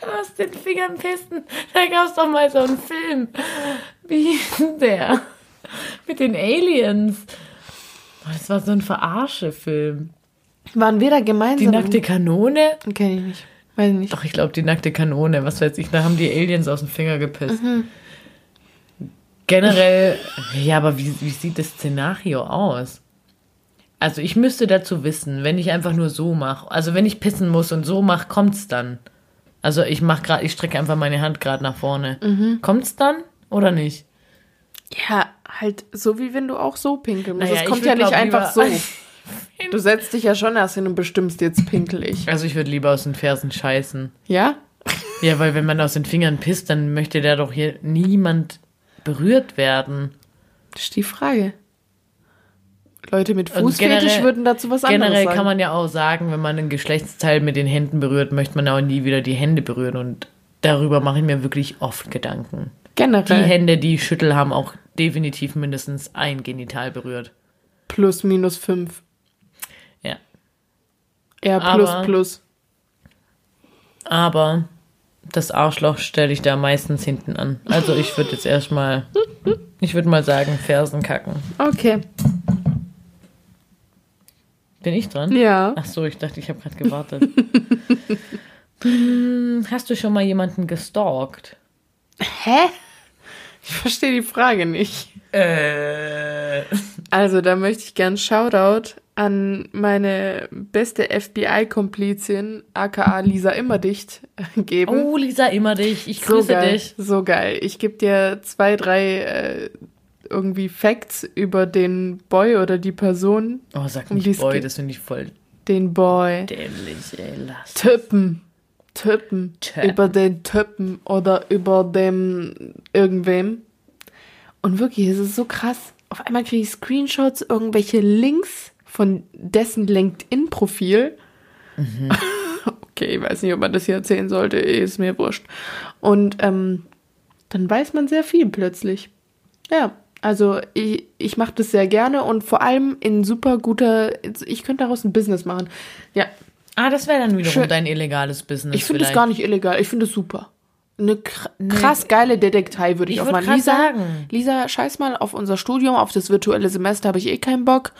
A: Aus den Fingern pissen. Da gab's doch mal so einen Film. Wie hieß denn der? Mit den Aliens. Boah, Das war so ein Verarsche-Film.
C: Waren wir da gemeinsam?
A: Die nackte Kanone.
C: Kenne ich nicht. Weiß ich nicht.
A: Doch, ich glaube, die nackte Kanone, was weiß ich, da haben die Aliens aus dem Finger gepisst. Generell, ja, aber wie, wie sieht das Szenario aus? Also, ich müsste dazu wissen, wenn ich einfach nur so mache. Also, wenn ich pissen muss und so mache, kommt's dann. Also, ich mach grad, ich strecke einfach meine Hand gerade nach vorne. Kommt's dann oder nicht?
C: Ja, halt so wie wenn du auch so pinkeln musst.
A: Naja,
C: das
A: ich
C: kommt
A: würd
C: ja nicht
A: glaub,
C: einfach so.
A: lieber-
C: Du setzt dich ja schon erst hin und bestimmst jetzt pinkel ich.
A: Also, ich würde lieber aus den Fersen scheißen.
C: Ja?
A: Ja, weil wenn man aus den Fingern pisst, dann möchte da doch hier niemand berührt werden.
C: Das ist die Frage. Leute mit
A: Und
C: Fußfetisch
A: Also generell-
C: würden dazu was anderes
A: Generell
C: sagen.
A: kann man ja auch sagen, wenn man ein Geschlechtsteil mit den Händen berührt, möchte man auch nie wieder die Hände berühren. Und darüber mache ich mir wirklich oft Gedanken. Die
C: generell
A: Hände, die ich schüttel, haben auch definitiv mindestens ein Genital berührt.
C: plus minus fünf.
A: Ja.
C: Ja, plus
A: Aber-
C: plus.
A: Aber das Arschloch stelle ich da meistens hinten an. Also ich würde jetzt erstmal, ich würde mal sagen, Fersen kacken.
C: Okay.
A: Bin ich dran?
C: Ja.
A: Ach so, ich dachte, ich habe gerade gewartet. Hm, Hast du schon mal jemanden gestalkt?
C: Hä? Ich verstehe die Frage nicht.
A: Äh.
C: Also, da möchte ich gern Shoutout an meine beste FBI-Komplizin, aka Lisa Immerdicht, äh, geben.
A: Oh, Lisa, immer dich. Ich
C: Hm? so
A: grüße
C: geil,
A: dich.
C: so geil. Ich gebe dir zwei, drei äh, irgendwie Facts über den Boy oder die Person,
A: Oh, sag
C: Um
A: nicht
C: dies
A: Boy,
C: geht-
A: das finde ich voll
C: den Boy.
A: dämlich, ey. Lass.
C: Typen. Typen.
A: Typen.
C: Über den Typen oder über dem irgendwem. Und wirklich, es ist so krass. Auf einmal kriege ich Screenshots, irgendwelche Links von dessen LinkedIn-Profil. okay, ich weiß nicht, ob man das hier erzählen sollte, eh, ist mir wurscht. Und ähm, dann weiß man sehr viel plötzlich. Ja, also ich, ich mache das sehr gerne und vor allem in super guter, ich könnte daraus ein Business machen. Ja,
A: Ah, das wäre dann wiederum
C: Schön.
A: dein illegales Business.
C: ich finde es gar nicht illegal. Ich finde es super. Eine kr krass geile Detektei würde ich,
A: Ich
C: auf
A: würd
C: meinen
A: grad
C: Lisa.
A: sagen.
C: Lisa, scheiß mal auf unser Studium, auf das virtuelle Semester habe ich eh keinen Bock.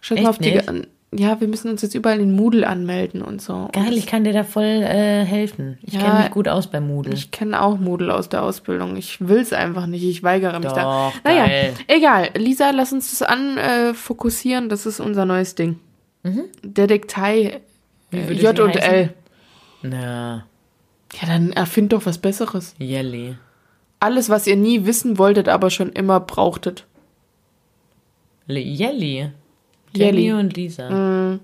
C: Scheiß
A: Echt
C: mal auf die.
A: nicht?
C: Ge- Ja, wir müssen uns jetzt überall in Moodle anmelden und so. und
A: Geil, ich kann dir da voll äh, helfen. Ich
C: Ja,
A: kenne mich gut aus bei Moodle.
C: ich kenne auch Moodle aus der Ausbildung. Ich will es einfach nicht. Ich weigere mich da.
A: Doch,
C: Naja,
A: geil.
C: egal. Lisa, lass uns das anfokussieren. Äh, fokussieren. das ist unser neues Ding.
A: Mhm.
C: Detektei äh,
A: Wie würde
C: J
A: sie
C: und
A: heißen?
C: L.
A: Na,
C: Ja, dann erfind doch was Besseres.
A: Jelly.
C: Alles, was ihr nie wissen wolltet, aber schon immer brauchtet.
A: Le Jelly.
C: Jelly. Mm.
A: Jelly und Lisa.
C: Hm.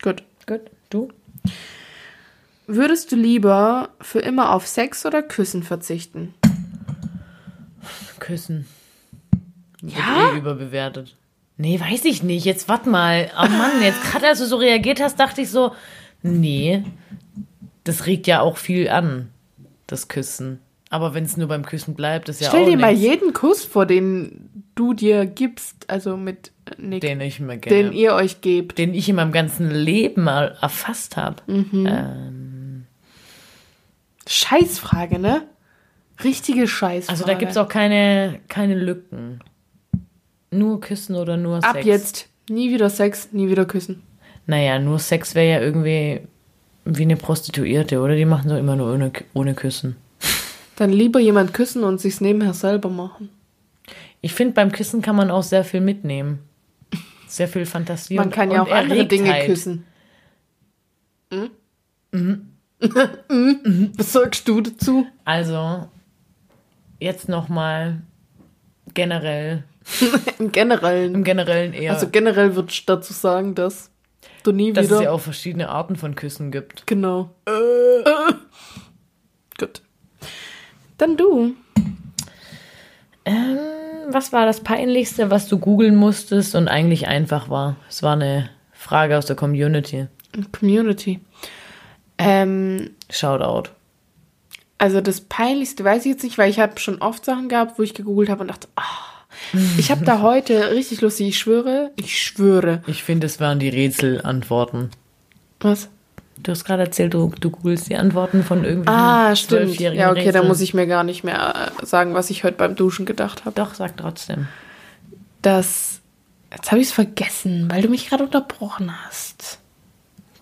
C: Gut.
A: Gut, du?
C: Würdest du lieber für immer auf Sex oder Küssen verzichten?
A: Küssen. Wird
C: Ja?
A: Eh überbewertet. Nee, weiß ich nicht. Jetzt warte mal. Oh Mann, jetzt gerade als du so reagiert hast, dachte ich so, nee, das regt ja auch viel an, das Küssen. Aber wenn es nur beim Küssen bleibt, ist ja
C: Stell
A: auch
C: dir mal
A: nichts,
C: jeden Kuss vor, den du dir gibst, also mit äh, Nick, den,
A: den ich mir gerne,
C: den
A: den,
C: ihr euch gebt.
A: ich in meinem ganzen Leben mal erfasst habe.
C: Mhm.
A: Ähm,
C: Scheißfrage, ne? Richtige Scheißfrage.
A: also da gibt es auch keine, keine Lücken. Nur Küssen oder nur Sex.
C: ab jetzt nie wieder Sex, nie wieder küssen.
A: Naja, nur Sex wäre ja irgendwie wie eine Prostituierte, oder? Die machen so immer nur ohne, ohne Küssen.
C: Dann lieber jemand küssen und sich's nebenher selber machen.
A: Ich finde, beim Küssen kann man auch sehr viel mitnehmen. Sehr viel Fantasie.
C: Man
A: und-
C: kann ja
A: und
C: auch andere Dinge
A: Erregtheit.
C: küssen. Hm? Mhm. Was sagst du dazu?
A: Also, jetzt nochmal generell,
C: Im Generellen.
A: im Generellen eher,
C: Also generell würde ich dazu sagen, dass du nie
A: dass
C: wieder.
A: es ja auch verschiedene Arten von Küssen gibt.
C: genau. Äh. Gut. Dann du.
A: Ähm, was war das Peinlichste, was du googeln musstest und eigentlich einfach war? Es war eine Frage aus der Community.
C: Community. Ähm,
A: Shoutout.
C: also das peinlichste weiß ich jetzt nicht, weil ich habe schon oft Sachen gehabt, wo ich gegoogelt habe und dachte, ah, ich habe da heute richtig lustig, ich schwöre, ich schwöre.
A: Ich finde, es waren die Rätselantworten.
C: Was?
A: Du hast gerade erzählt, du, du googelst die Antworten von irgendwelchen
C: Ah, stimmt.
A: zwölfjährigen
C: Ja, okay, da
A: Rätseln.
C: muss ich mir gar nicht mehr äh, sagen, was ich heute beim Duschen gedacht habe.
A: Doch, sag trotzdem.
C: Das. Jetzt habe ich es vergessen, weil du mich gerade unterbrochen hast.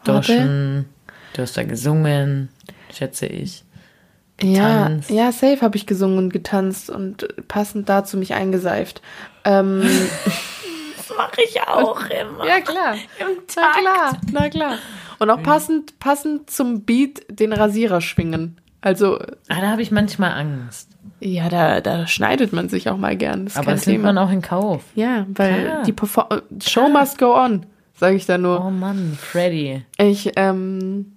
C: Warte.
A: Doschen, du hast da gesungen, schätze ich.
C: Ja,
A: getanzt.
C: ja, safe habe ich gesungen und getanzt und passend dazu mich eingeseift. Ähm,
A: Das mache ich auch immer.
C: ja, klar. Na klar, na klar. Und auch passend, passend zum Beat den Rasierer schwingen. Also,
A: Ah, da habe ich manchmal Angst.
C: ja, da, da schneidet man sich auch mal gern. Das ist
A: Aber
C: kein
A: das nimmt
C: Thema.
A: man auch in Kauf.
C: Ja, weil
A: Klar.
C: die Perform Show must go on, sage ich da nur.
A: Oh Mann, Freddy.
C: Ich ähm,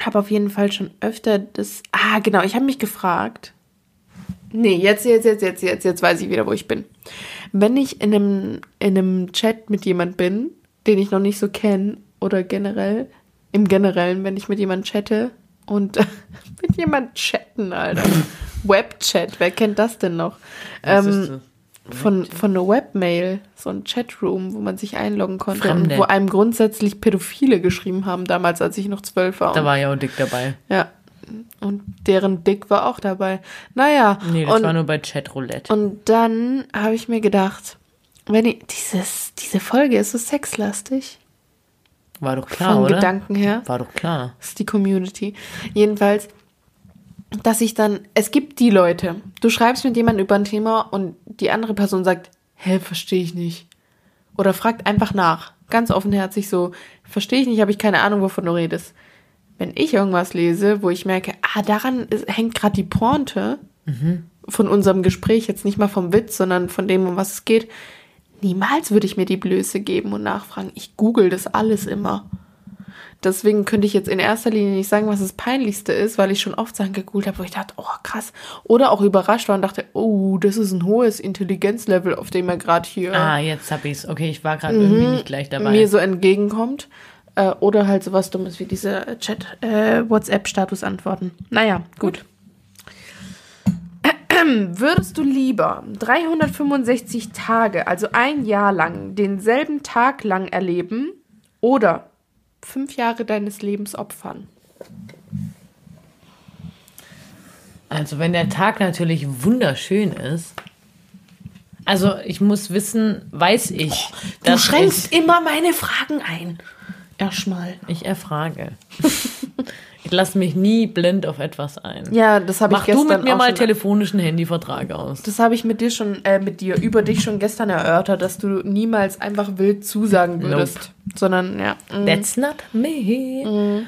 C: habe auf jeden Fall schon öfter das. Ah, genau, ich habe mich gefragt. Nee, jetzt, jetzt, jetzt, jetzt, jetzt, jetzt weiß ich wieder, wo ich bin. Wenn ich in einem, in einem Chat mit jemand bin, den ich noch nicht so kenne, oder generell, im Generellen, wenn ich mit jemand chatte und mit jemand chatten, Alter. Webchat, wer kennt das denn noch?
A: Was
C: Ähm,
A: ist das?
C: von, von einer Webmail, so ein Chatroom, wo man sich einloggen konnte
A: Fremde.
C: und wo einem grundsätzlich Pädophile geschrieben haben, damals, als ich noch zwölf war.
A: Da
C: Und,
A: war ja auch Dick dabei.
C: ja. Und deren Dick war auch dabei. Naja,
A: Nee, das
C: und,
A: war nur bei Chatroulette.
C: und dann habe ich mir gedacht, wenn ich, dieses, diese Folge ist so sexlastig.
A: War doch klar,
C: vom
A: oder?
C: Gedanken her.
A: War doch klar.
C: ist die Community. Jedenfalls, dass ich dann, es gibt die Leute, du schreibst mit jemandem über ein Thema und die andere Person sagt, hä, verstehe ich nicht. Oder fragt einfach nach, ganz offenherzig so, verstehe ich nicht, habe ich keine Ahnung, wovon du redest. Wenn ich irgendwas lese, wo ich merke, ah, daran ist, hängt gerade die Pointe von unserem Gespräch, jetzt nicht mal vom Witz, sondern von dem, um was es geht, niemals würde ich mir die Blöße geben und nachfragen. Ich google das alles immer. Deswegen könnte ich jetzt in erster Linie nicht sagen, was das Peinlichste ist, weil ich schon oft Sachen gegoogelt habe, wo ich dachte, oh krass. Oder auch überrascht war und dachte, oh, das ist ein hohes Intelligenzlevel, auf dem er gerade hier
A: Ah, jetzt hab ich's. Okay, ich war gerade irgendwie nicht gleich dabei.
C: Mhm. mir so entgegenkommt. Äh, oder halt sowas Dummes wie diese Chat-WhatsApp-Status-Antworten. naja, gut. Würdest du lieber 365 Tage, also ein Jahr lang, denselben Tag lang erleben oder fünf Jahre deines Lebens opfern?
A: Also wenn der Tag natürlich wunderschön ist. Also ich muss wissen, weiß ich, dass ich,
C: immer meine Fragen ein. Erstmal.
A: ich erfrage. Ich lasse mich nie blind auf etwas ein.
C: Ja, das habe ich
A: Mach
C: gestern
A: du mit mir
C: auch
A: mal
C: schon
A: telefonischen Handyvertrag aus.
C: Das habe ich mit dir schon, äh, mit dir, über dich schon gestern erörtert, dass du niemals einfach wild zusagen würdest. Sondern, ja. mm.
A: That's not me.
C: Mhm.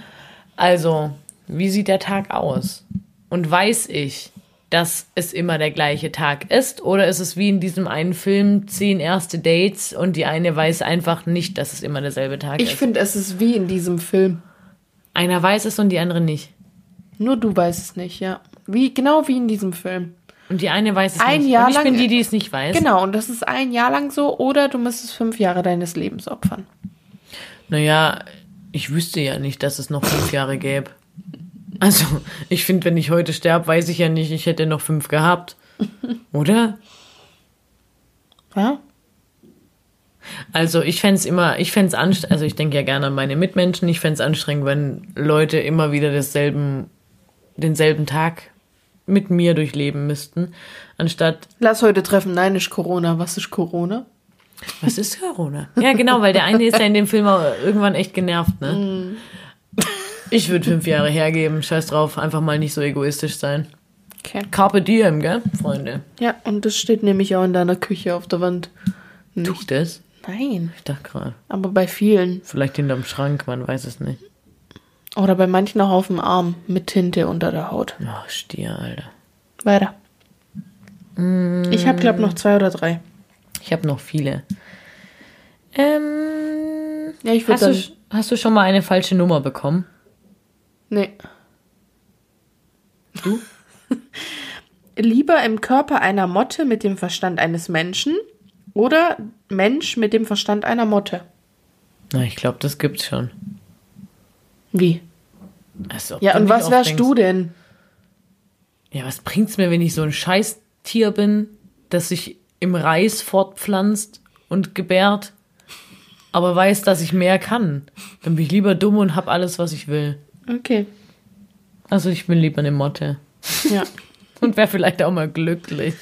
A: Also, wie sieht der Tag aus? Und weiß ich, dass es immer der gleiche Tag ist? Oder ist es wie in diesem einen Film, zehn erste Dates und die eine weiß einfach nicht, dass es immer derselbe Tag
C: Ich
A: ist?
C: finde, es ist wie in diesem Film.
A: Einer weiß es und die andere nicht.
C: Nur du weißt es nicht, ja. Wie, genau wie in diesem Film.
A: Und die eine weiß es
C: Ein
A: nicht.
C: Jahr
A: und ich
C: lang-
A: bin die, die es nicht weiß.
C: Genau, und das ist ein Jahr lang so, oder du müsstest fünf Jahre deines Lebens opfern.
A: Naja, ich wüsste ja nicht, dass es noch fünf Jahre gäbe. Also, ich finde, wenn ich heute sterbe, weiß ich ja nicht, ich hätte noch fünf gehabt. Oder?
C: Ja?
A: Also, ich fänd's immer, ich fänd's anstrengend, also ich denke ja gerne an meine Mitmenschen, ich fänd's anstrengend, wenn Leute immer wieder desselben, denselben Tag mit mir durchleben müssten, anstatt,
C: Lass heute treffen. Nein, ist Corona. Was ist Corona?
A: was ist Corona? Ja, genau, weil der eine ist ja in dem Film auch irgendwann echt genervt, ne? Ich würde fünf Jahre hergeben, scheiß drauf, einfach mal nicht so egoistisch sein.
C: Okay.
A: Carpe diem, gell, Freunde?
C: Ja, und das steht nämlich auch in deiner Küche auf der Wand.
A: Tue ich das?
C: Nein,
A: Ich dachte gerade,
C: aber bei vielen.
A: vielleicht hinterm Schrank, man weiß es nicht.
C: Oder bei manchen auch auf dem Arm mit Tinte unter der Haut.
A: Ach, Oh, Stier, Alter.
C: Weiter. Ich habe, glaube noch zwei oder drei.
A: Ich habe noch viele. Ähm,
C: Ja, ich
A: hast, du,
C: würde dann...
A: sch- hast du schon mal eine falsche Nummer bekommen?
C: nee. Du? Lieber im Körper einer Motte mit dem Verstand eines Menschen oder Mensch mit dem Verstand einer Motte.
A: Na, ich glaube, das gibt's schon.
C: Wie?
A: Also, ob
C: Ja,
A: du
C: und
A: mich
C: was wärst
A: aufregst.
C: du denn?
A: Ja, was bringt's mir, wenn ich so ein Scheißtier bin, das sich im Reis fortpflanzt und gebärt, aber weiß, dass ich mehr kann? Dann bin ich lieber dumm und hab alles, was ich will.
C: Okay.
A: Also ich bin lieber eine Motte.
C: Ja.
A: Und wäre vielleicht auch mal glücklich.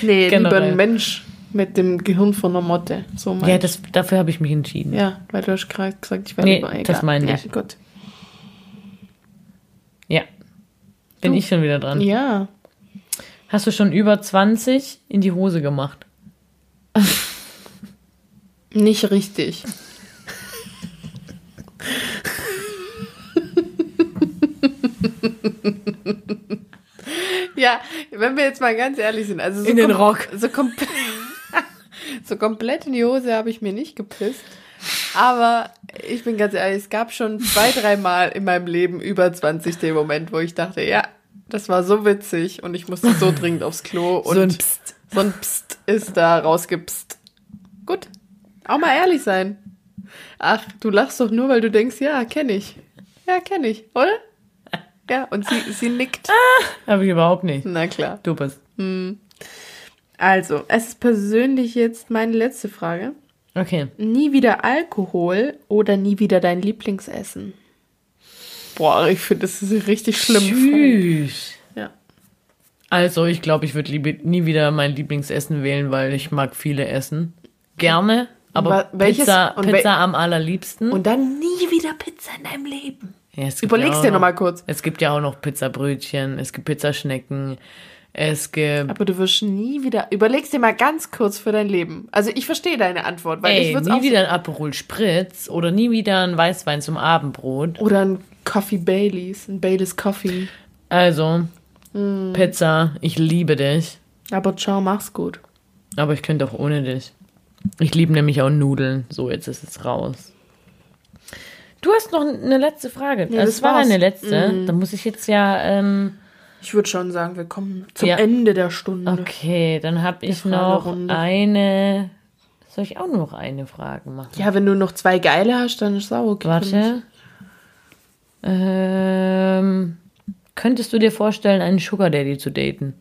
C: Nee,
A: Generell.
C: lieber ein Mensch mit dem Gehirn von einer Motte. So mein
A: Ja,
C: ich.
A: das, dafür habe ich mich entschieden. Ja.
C: ja, weil du hast gerade gesagt, ich wäre
A: Nee,
C: lieber egal.
A: das meine
C: ja,
A: ich.
C: Gut.
A: Bin ich schon wieder dran.
C: Ja.
A: Hast du schon über 20 in die Hose gemacht?
C: Nicht richtig. ja, wenn wir jetzt mal ganz ehrlich sind, also so
A: In den
C: kom-
A: Rock.
C: So, kom so komplett in die Hose habe ich mir nicht gepisst. Aber ich bin ganz ehrlich, es gab schon zwei, dreimal in meinem Leben über 20 den Moment, wo ich dachte, ja, das war so witzig und ich musste so dringend aufs Klo und
A: so ein Psst.
C: so ein Psst ist da rausgepsst. Gut. Auch mal ehrlich sein. Ach, du lachst doch nur, weil du denkst, ja, kenne ich. Ja, kenne ich, oder? Ja, und sie, sie nickt.
A: Habe ich überhaupt nicht.
C: Na klar.
A: Du bist.
C: Also, es ist persönlich jetzt meine letzte Frage.
A: Okay.
C: Nie wieder Alkohol oder nie wieder dein Lieblingsessen? Boah, ich finde, das ist eine richtig schlimm.
A: Tschüss.
C: Ja.
A: Also, ich glaube, ich würde nie wieder mein Lieblingsessen wählen, weil ich mag viele Essen. Gerne, aber
C: Wa- welches-
A: Pizza,
C: und wel-
A: Pizza am allerliebsten.
C: Und dann nie wieder Pizza in deinem Leben.
A: Ja, es gibt
C: Überleg's
A: auch
C: dir
A: noch-
C: nochmal kurz.
A: Es gibt ja auch noch Pizzabrötchen, es gibt Pizzaschnecken, es gibt
C: Aber du wirst nie wieder. Überleg's dir mal ganz kurz für dein Leben. Also ich verstehe deine Antwort, weil
A: Ey,
C: ich würde
A: nie
C: auch
A: wieder ein Aperol Spritz oder nie wieder ein Weißwein zum Abendbrot.
C: oder ein Coffee Baileys, ein Baileys Coffee.
A: Also,
C: Hm.
A: Pizza, ich liebe dich,
C: Aber ciao, mach's gut.
A: aber ich könnte auch ohne dich. Ich liebe nämlich auch Nudeln. So, jetzt ist es raus. Du hast noch eine letzte Frage.
C: Ja,
A: also,
C: das
A: es war
C: war's. Mhm.
A: deine letzte. Dann muss ich jetzt ja. Ähm,
C: Ich würde schon sagen, wir kommen zum
A: Ja.
C: Ende der Stunde.
A: okay, dann habe ich noch
C: Fragerunde.
A: eine. Soll ich auch noch eine Frage machen?
C: Ja, wenn du noch zwei geile hast, dann ist auch okay. für mich.
A: Warte. Ähm, könntest du dir vorstellen, einen Sugar Daddy zu daten?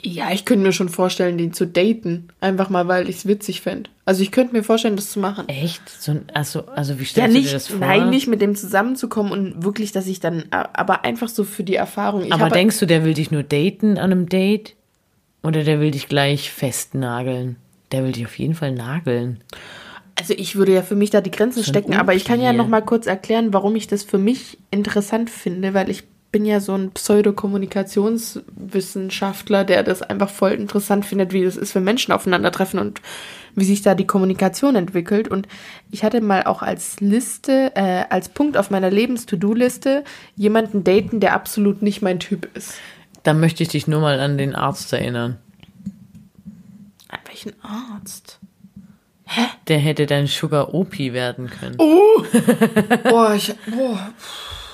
C: Ja, ich könnte mir schon vorstellen, den zu daten. Einfach mal, weil ich's witzig fände. Also ich könnte mir vorstellen, das zu machen.
A: Echt? So ein, also, also wie
C: Ja,
A: stellst du dir das
C: nicht,
A: vor?
C: nein, nicht mit dem zusammenzukommen und wirklich, dass ich dann, aber einfach so für die Erfahrung. Ich
A: Aber
C: hab-
A: denkst du, der will dich nur daten an einem Date? Oder der will dich gleich festnageln? Der will dich auf jeden Fall nageln.
C: Also ich würde ja für mich da die Grenzen
A: Schon
C: stecken, aber ich kann ja
A: okay.
C: noch mal kurz erklären, warum ich das für mich interessant finde, weil ich bin ja so ein Pseudokommunikationswissenschaftler, der das einfach voll interessant findet, wie das ist, wenn Menschen aufeinandertreffen und wie sich da die Kommunikation entwickelt. Und ich hatte mal auch als Liste, äh, als Punkt auf meiner Lebens-To-Do-Liste jemanden daten, der absolut nicht mein Typ ist.
A: Da möchte ich dich nur mal an den Arzt erinnern.
C: An welchen Arzt?
A: Der hätte dein Sugar Opi werden können.
C: Oh, Boah, ich, boah.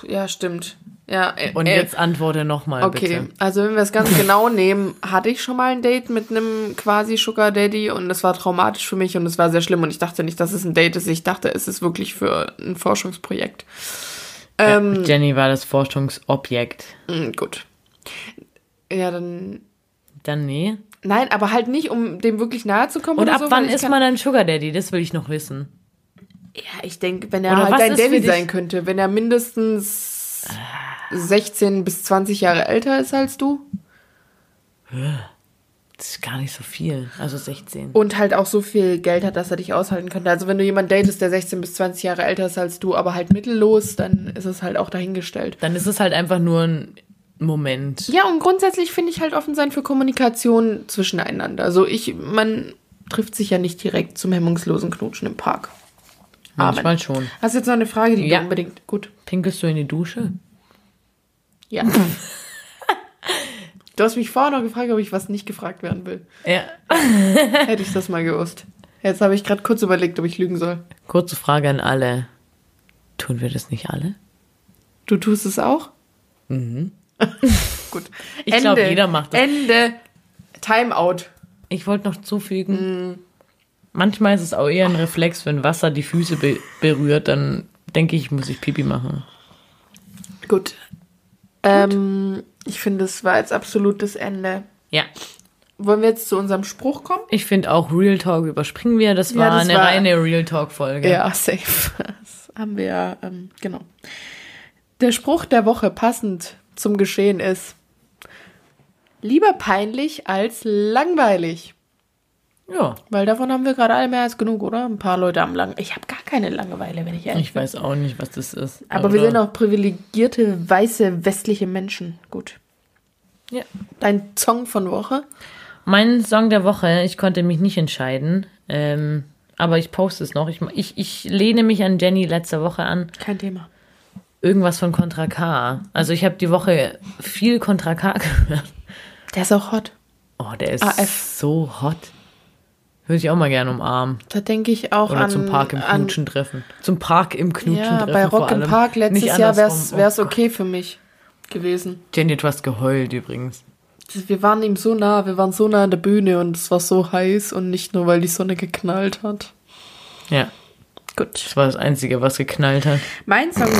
C: Ja, stimmt. Ja, äh,
A: Und
C: äh,
A: jetzt antworte nochmal
C: Okay,
A: bitte.
C: also wenn wir es ganz genau nehmen, hatte ich schon mal ein Date mit einem quasi Sugar Daddy und es war traumatisch für mich und es war sehr schlimm und ich dachte nicht, dass es ein Date ist. Ich dachte, es ist wirklich für ein Forschungsprojekt. Ähm,
A: Jenny war das Forschungsobjekt.
C: mh, Ähm, gut. Ja, dann.
A: Dann nee.
C: Nein, aber halt nicht, um dem wirklich nahe zu kommen.
A: Und
C: oder
A: ab
C: so,
A: wann
C: weil ich
A: ist
C: kann-
A: man ein Sugar Daddy? Das will ich noch wissen.
C: Ja, ich denke, wenn er
A: Oder was
C: halt dein
A: ist für
C: Daddy
A: dich- Ah.
C: sein könnte, wenn er mindestens 16 bis 20 Jahre älter ist als du.
A: Das ist gar nicht so viel. Also 16.
C: Und halt auch so viel Geld hat, dass er dich aushalten könnte. Also wenn du jemanden datest, der 16 bis 20 Jahre älter ist als du, aber halt mittellos, dann ist es halt auch dahingestellt.
A: Dann ist es halt einfach nur ein Moment.
C: Ja, und grundsätzlich finde ich halt offen sein für Kommunikation zwischeneinander. Also ich, man trifft sich ja nicht direkt zum hemmungslosen Knutschen im Park.
A: Manchmal schon.
C: Hast du jetzt noch eine Frage, die
A: Ja.
C: du unbedingt... Gut.
A: Pinkelst du in die Dusche?
C: Ja. du hast mich vorher noch gefragt, ob ich was nicht gefragt werden will.
A: Ja.
C: Hätte ich das mal gewusst. Jetzt habe ich gerade kurz überlegt, ob ich lügen soll.
A: Kurze Frage an alle. Tun wir das nicht alle?
C: Du tust es auch? Mhm. Gut.
A: Ich glaub, jeder macht das.
C: Ende. Timeout.
A: Ich wollte noch zufügen, Mm. manchmal ist es auch eher ein Reflex, wenn Wasser die Füße be berührt, dann denke ich, muss ich Pipi machen.
C: Gut. Ähm, ich finde, es war jetzt absolut das Ende.
A: Ja.
C: Wollen wir jetzt zu unserem Spruch kommen?
A: Ich finde auch Real Talk überspringen wir. Das war
C: Ja, das
A: eine
C: war-
A: reine Real Talk-Folge.
C: Ja, safe. Das haben wir ja, ähm, genau. Der Spruch der Woche passend zum Geschehen ist: Lieber peinlich als langweilig.
A: ja.
C: Weil davon haben wir gerade alle mehr als genug, oder? Ein paar Leute haben lang. Ich habe gar keine Langeweile, wenn ich ehrlich
A: Ich weiß auch nicht, was das ist.
C: Aber wir sind auch privilegierte, weiße, westliche Menschen. Gut.
A: Ja.
C: Dein Song von Woche?
A: Mein Song der Woche, ich konnte mich nicht entscheiden. Ähm, aber ich poste es noch. Ich, ich, ich lehne mich an Jenny letzte Woche an.
C: Kein Thema.
A: Irgendwas von Contra K. Also ich habe die Woche viel Contra K gehört.
C: Der ist auch hot.
A: Oh, der ist
C: AF.
A: so hot. Würde ich auch mal gerne umarmen.
C: Da denke ich auch
A: Oder
C: an.
A: zum Park im
C: an,
A: Knutschen treffen. Zum Park im Knutschen
C: Ja,
A: treffen.
C: bei
A: vor
C: Rock im
A: allem.
C: Park letztes
A: Nicht
C: Jahr wäre
A: andersrum.
C: es
A: Oh
C: okay für mich gewesen.
A: Gott. Jenny, du hast geheult übrigens.
C: Das- Wir waren ihm so nah, wir waren so nah an der Bühne und es war so heiß und nicht nur, weil die Sonne geknallt hat.
A: Ja,
C: Gut.
A: das war das Einzige, was geknallt hat.
C: Mein Song.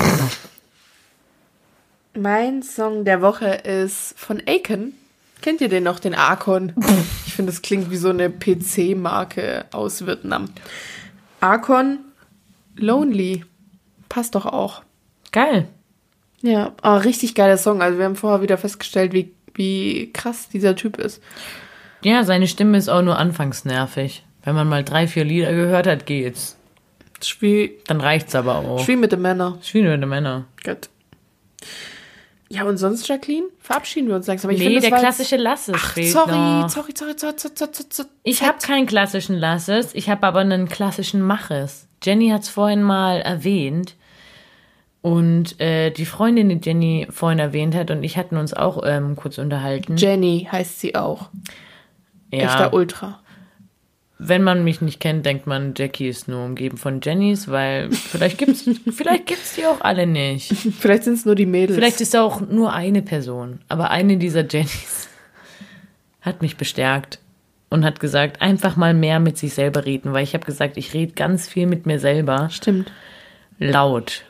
C: mein Song der Woche ist von Aiken. Kennt ihr den noch, den Akon? Ich finde, das klingt wie so eine PC-Marke aus Vietnam. Akon Lonely. Passt doch auch.
A: Geil.
C: Ja, aber richtig geiler Song. Also wir haben vorher wieder festgestellt, wie, wie krass dieser Typ ist.
A: Ja, seine Stimme ist auch nur anfangs nervig. Wenn man mal drei, vier Lieder gehört hat, geht's.
C: Schwie,
A: Dann reicht's aber auch.
C: schwie mit den Männern.
A: Schwierige Männer.
C: Gut. Ja, und sonst, Jacqueline? Verabschieden wir uns langsam. Ich
A: nee,
C: finde, das
A: der
C: war
A: klassische Lasses
C: Ach,
A: fehlt
C: sorry,
A: noch.
C: sorry, sorry, sorry, sorry, sorry, sorry.
A: Ich habe keinen klassischen Lasses, ich habe aber einen klassischen Maches. Jenny hat's vorhin mal erwähnt. Und äh, die Freundin, die Jenny vorhin erwähnt hat, und ich hatten uns auch ähm, kurz unterhalten.
C: Jenny heißt sie auch.
A: ja,
C: Echter Ultra.
A: wenn man mich nicht kennt, denkt man, Jackie ist nur umgeben von Jennys, weil vielleicht gibt's, vielleicht gibt's die auch alle nicht.
C: Vielleicht sind es nur die Mädels.
A: Vielleicht ist da auch nur eine Person, aber eine dieser Jennys hat mich bestärkt und hat gesagt, einfach mal mehr mit sich selber reden, weil ich habe gesagt, ich rede ganz viel mit mir selber,
C: Stimmt.
A: laut.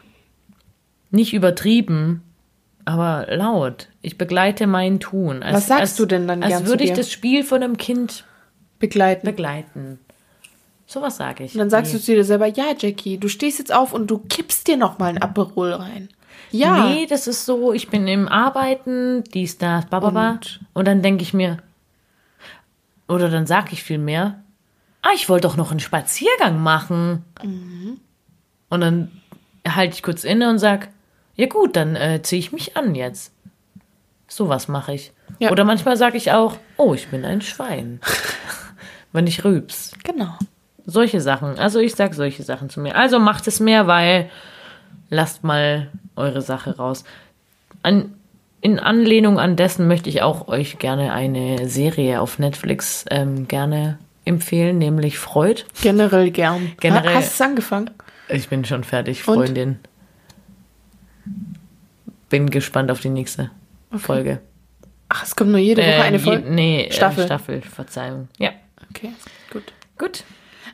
A: Nicht übertrieben, aber laut. Ich begleite mein Tun. Als,
C: Was sagst du denn dann
A: Als
C: gern zu
A: würde ich
C: dir?
A: das Spiel von einem Kind
C: Begleiten.
A: begleiten. Sowas sage ich.
C: und dann sagst du zu dir selber, ja, Jackie, du stehst jetzt auf und du kippst dir nochmal ein Aperol rein. Ja.
A: Nee, das ist so, ich bin im Arbeiten, dies, das, bababa. Und, und dann denke ich mir, oder dann sage ich viel mehr, ah, ich wollte doch noch einen Spaziergang machen.
C: Mhm.
A: Und dann halte ich kurz inne und sag, ja gut, dann äh, ziehe ich mich an jetzt. Sowas mache ich.
C: Ja.
A: Oder manchmal sage ich auch, oh, ich bin ein Schwein. Wenn ich rübs.
C: Genau.
A: Solche Sachen. Also ich sag solche Sachen zu mir. Also macht es mehr, weil lasst mal eure Sache raus. An, in Anlehnung an dessen möchte ich auch euch gerne eine Serie auf Netflix ähm, gerne empfehlen, nämlich Freud.
C: Generell gern.
A: Generell-
C: Ha- Hast du angefangen?
A: Ich bin schon fertig,
C: Und?
A: Freundin. Bin gespannt auf die nächste Folge.
C: Ach, es kommt nur jede Woche
A: Äh,
C: eine
A: je-
C: Folge?
A: Nee, Staffel.
C: Staffel.
A: Äh, Staffel, Verzeihung. Ja,
C: Okay, gut.
A: gut.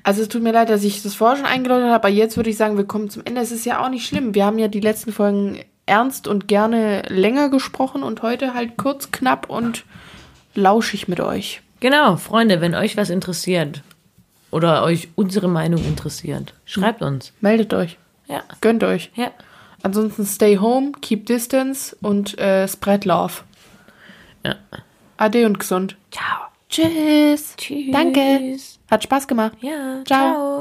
C: Also es tut mir leid, dass ich das vorher schon eingeläutet habe, aber jetzt würde ich sagen, wir kommen zum Ende. Es ist ja auch nicht schlimm. Wir haben ja die letzten Folgen ernst und gerne länger gesprochen und heute halt kurz, knapp und lauschig mit euch.
A: Genau, Freunde, wenn euch was interessiert oder euch unsere Meinung interessiert, schreibt uns.
C: Meldet euch.
A: Ja,
C: Gönnt euch.
A: ja.
C: Ansonsten stay home, keep distance und äh, spread love.
A: Ja.
C: Ade und gesund.
A: Ciao.
D: Tschüss.
A: Tschüss.
D: Danke.
C: Hat Spaß gemacht.
A: Ja,
C: Ciao.
A: ciao.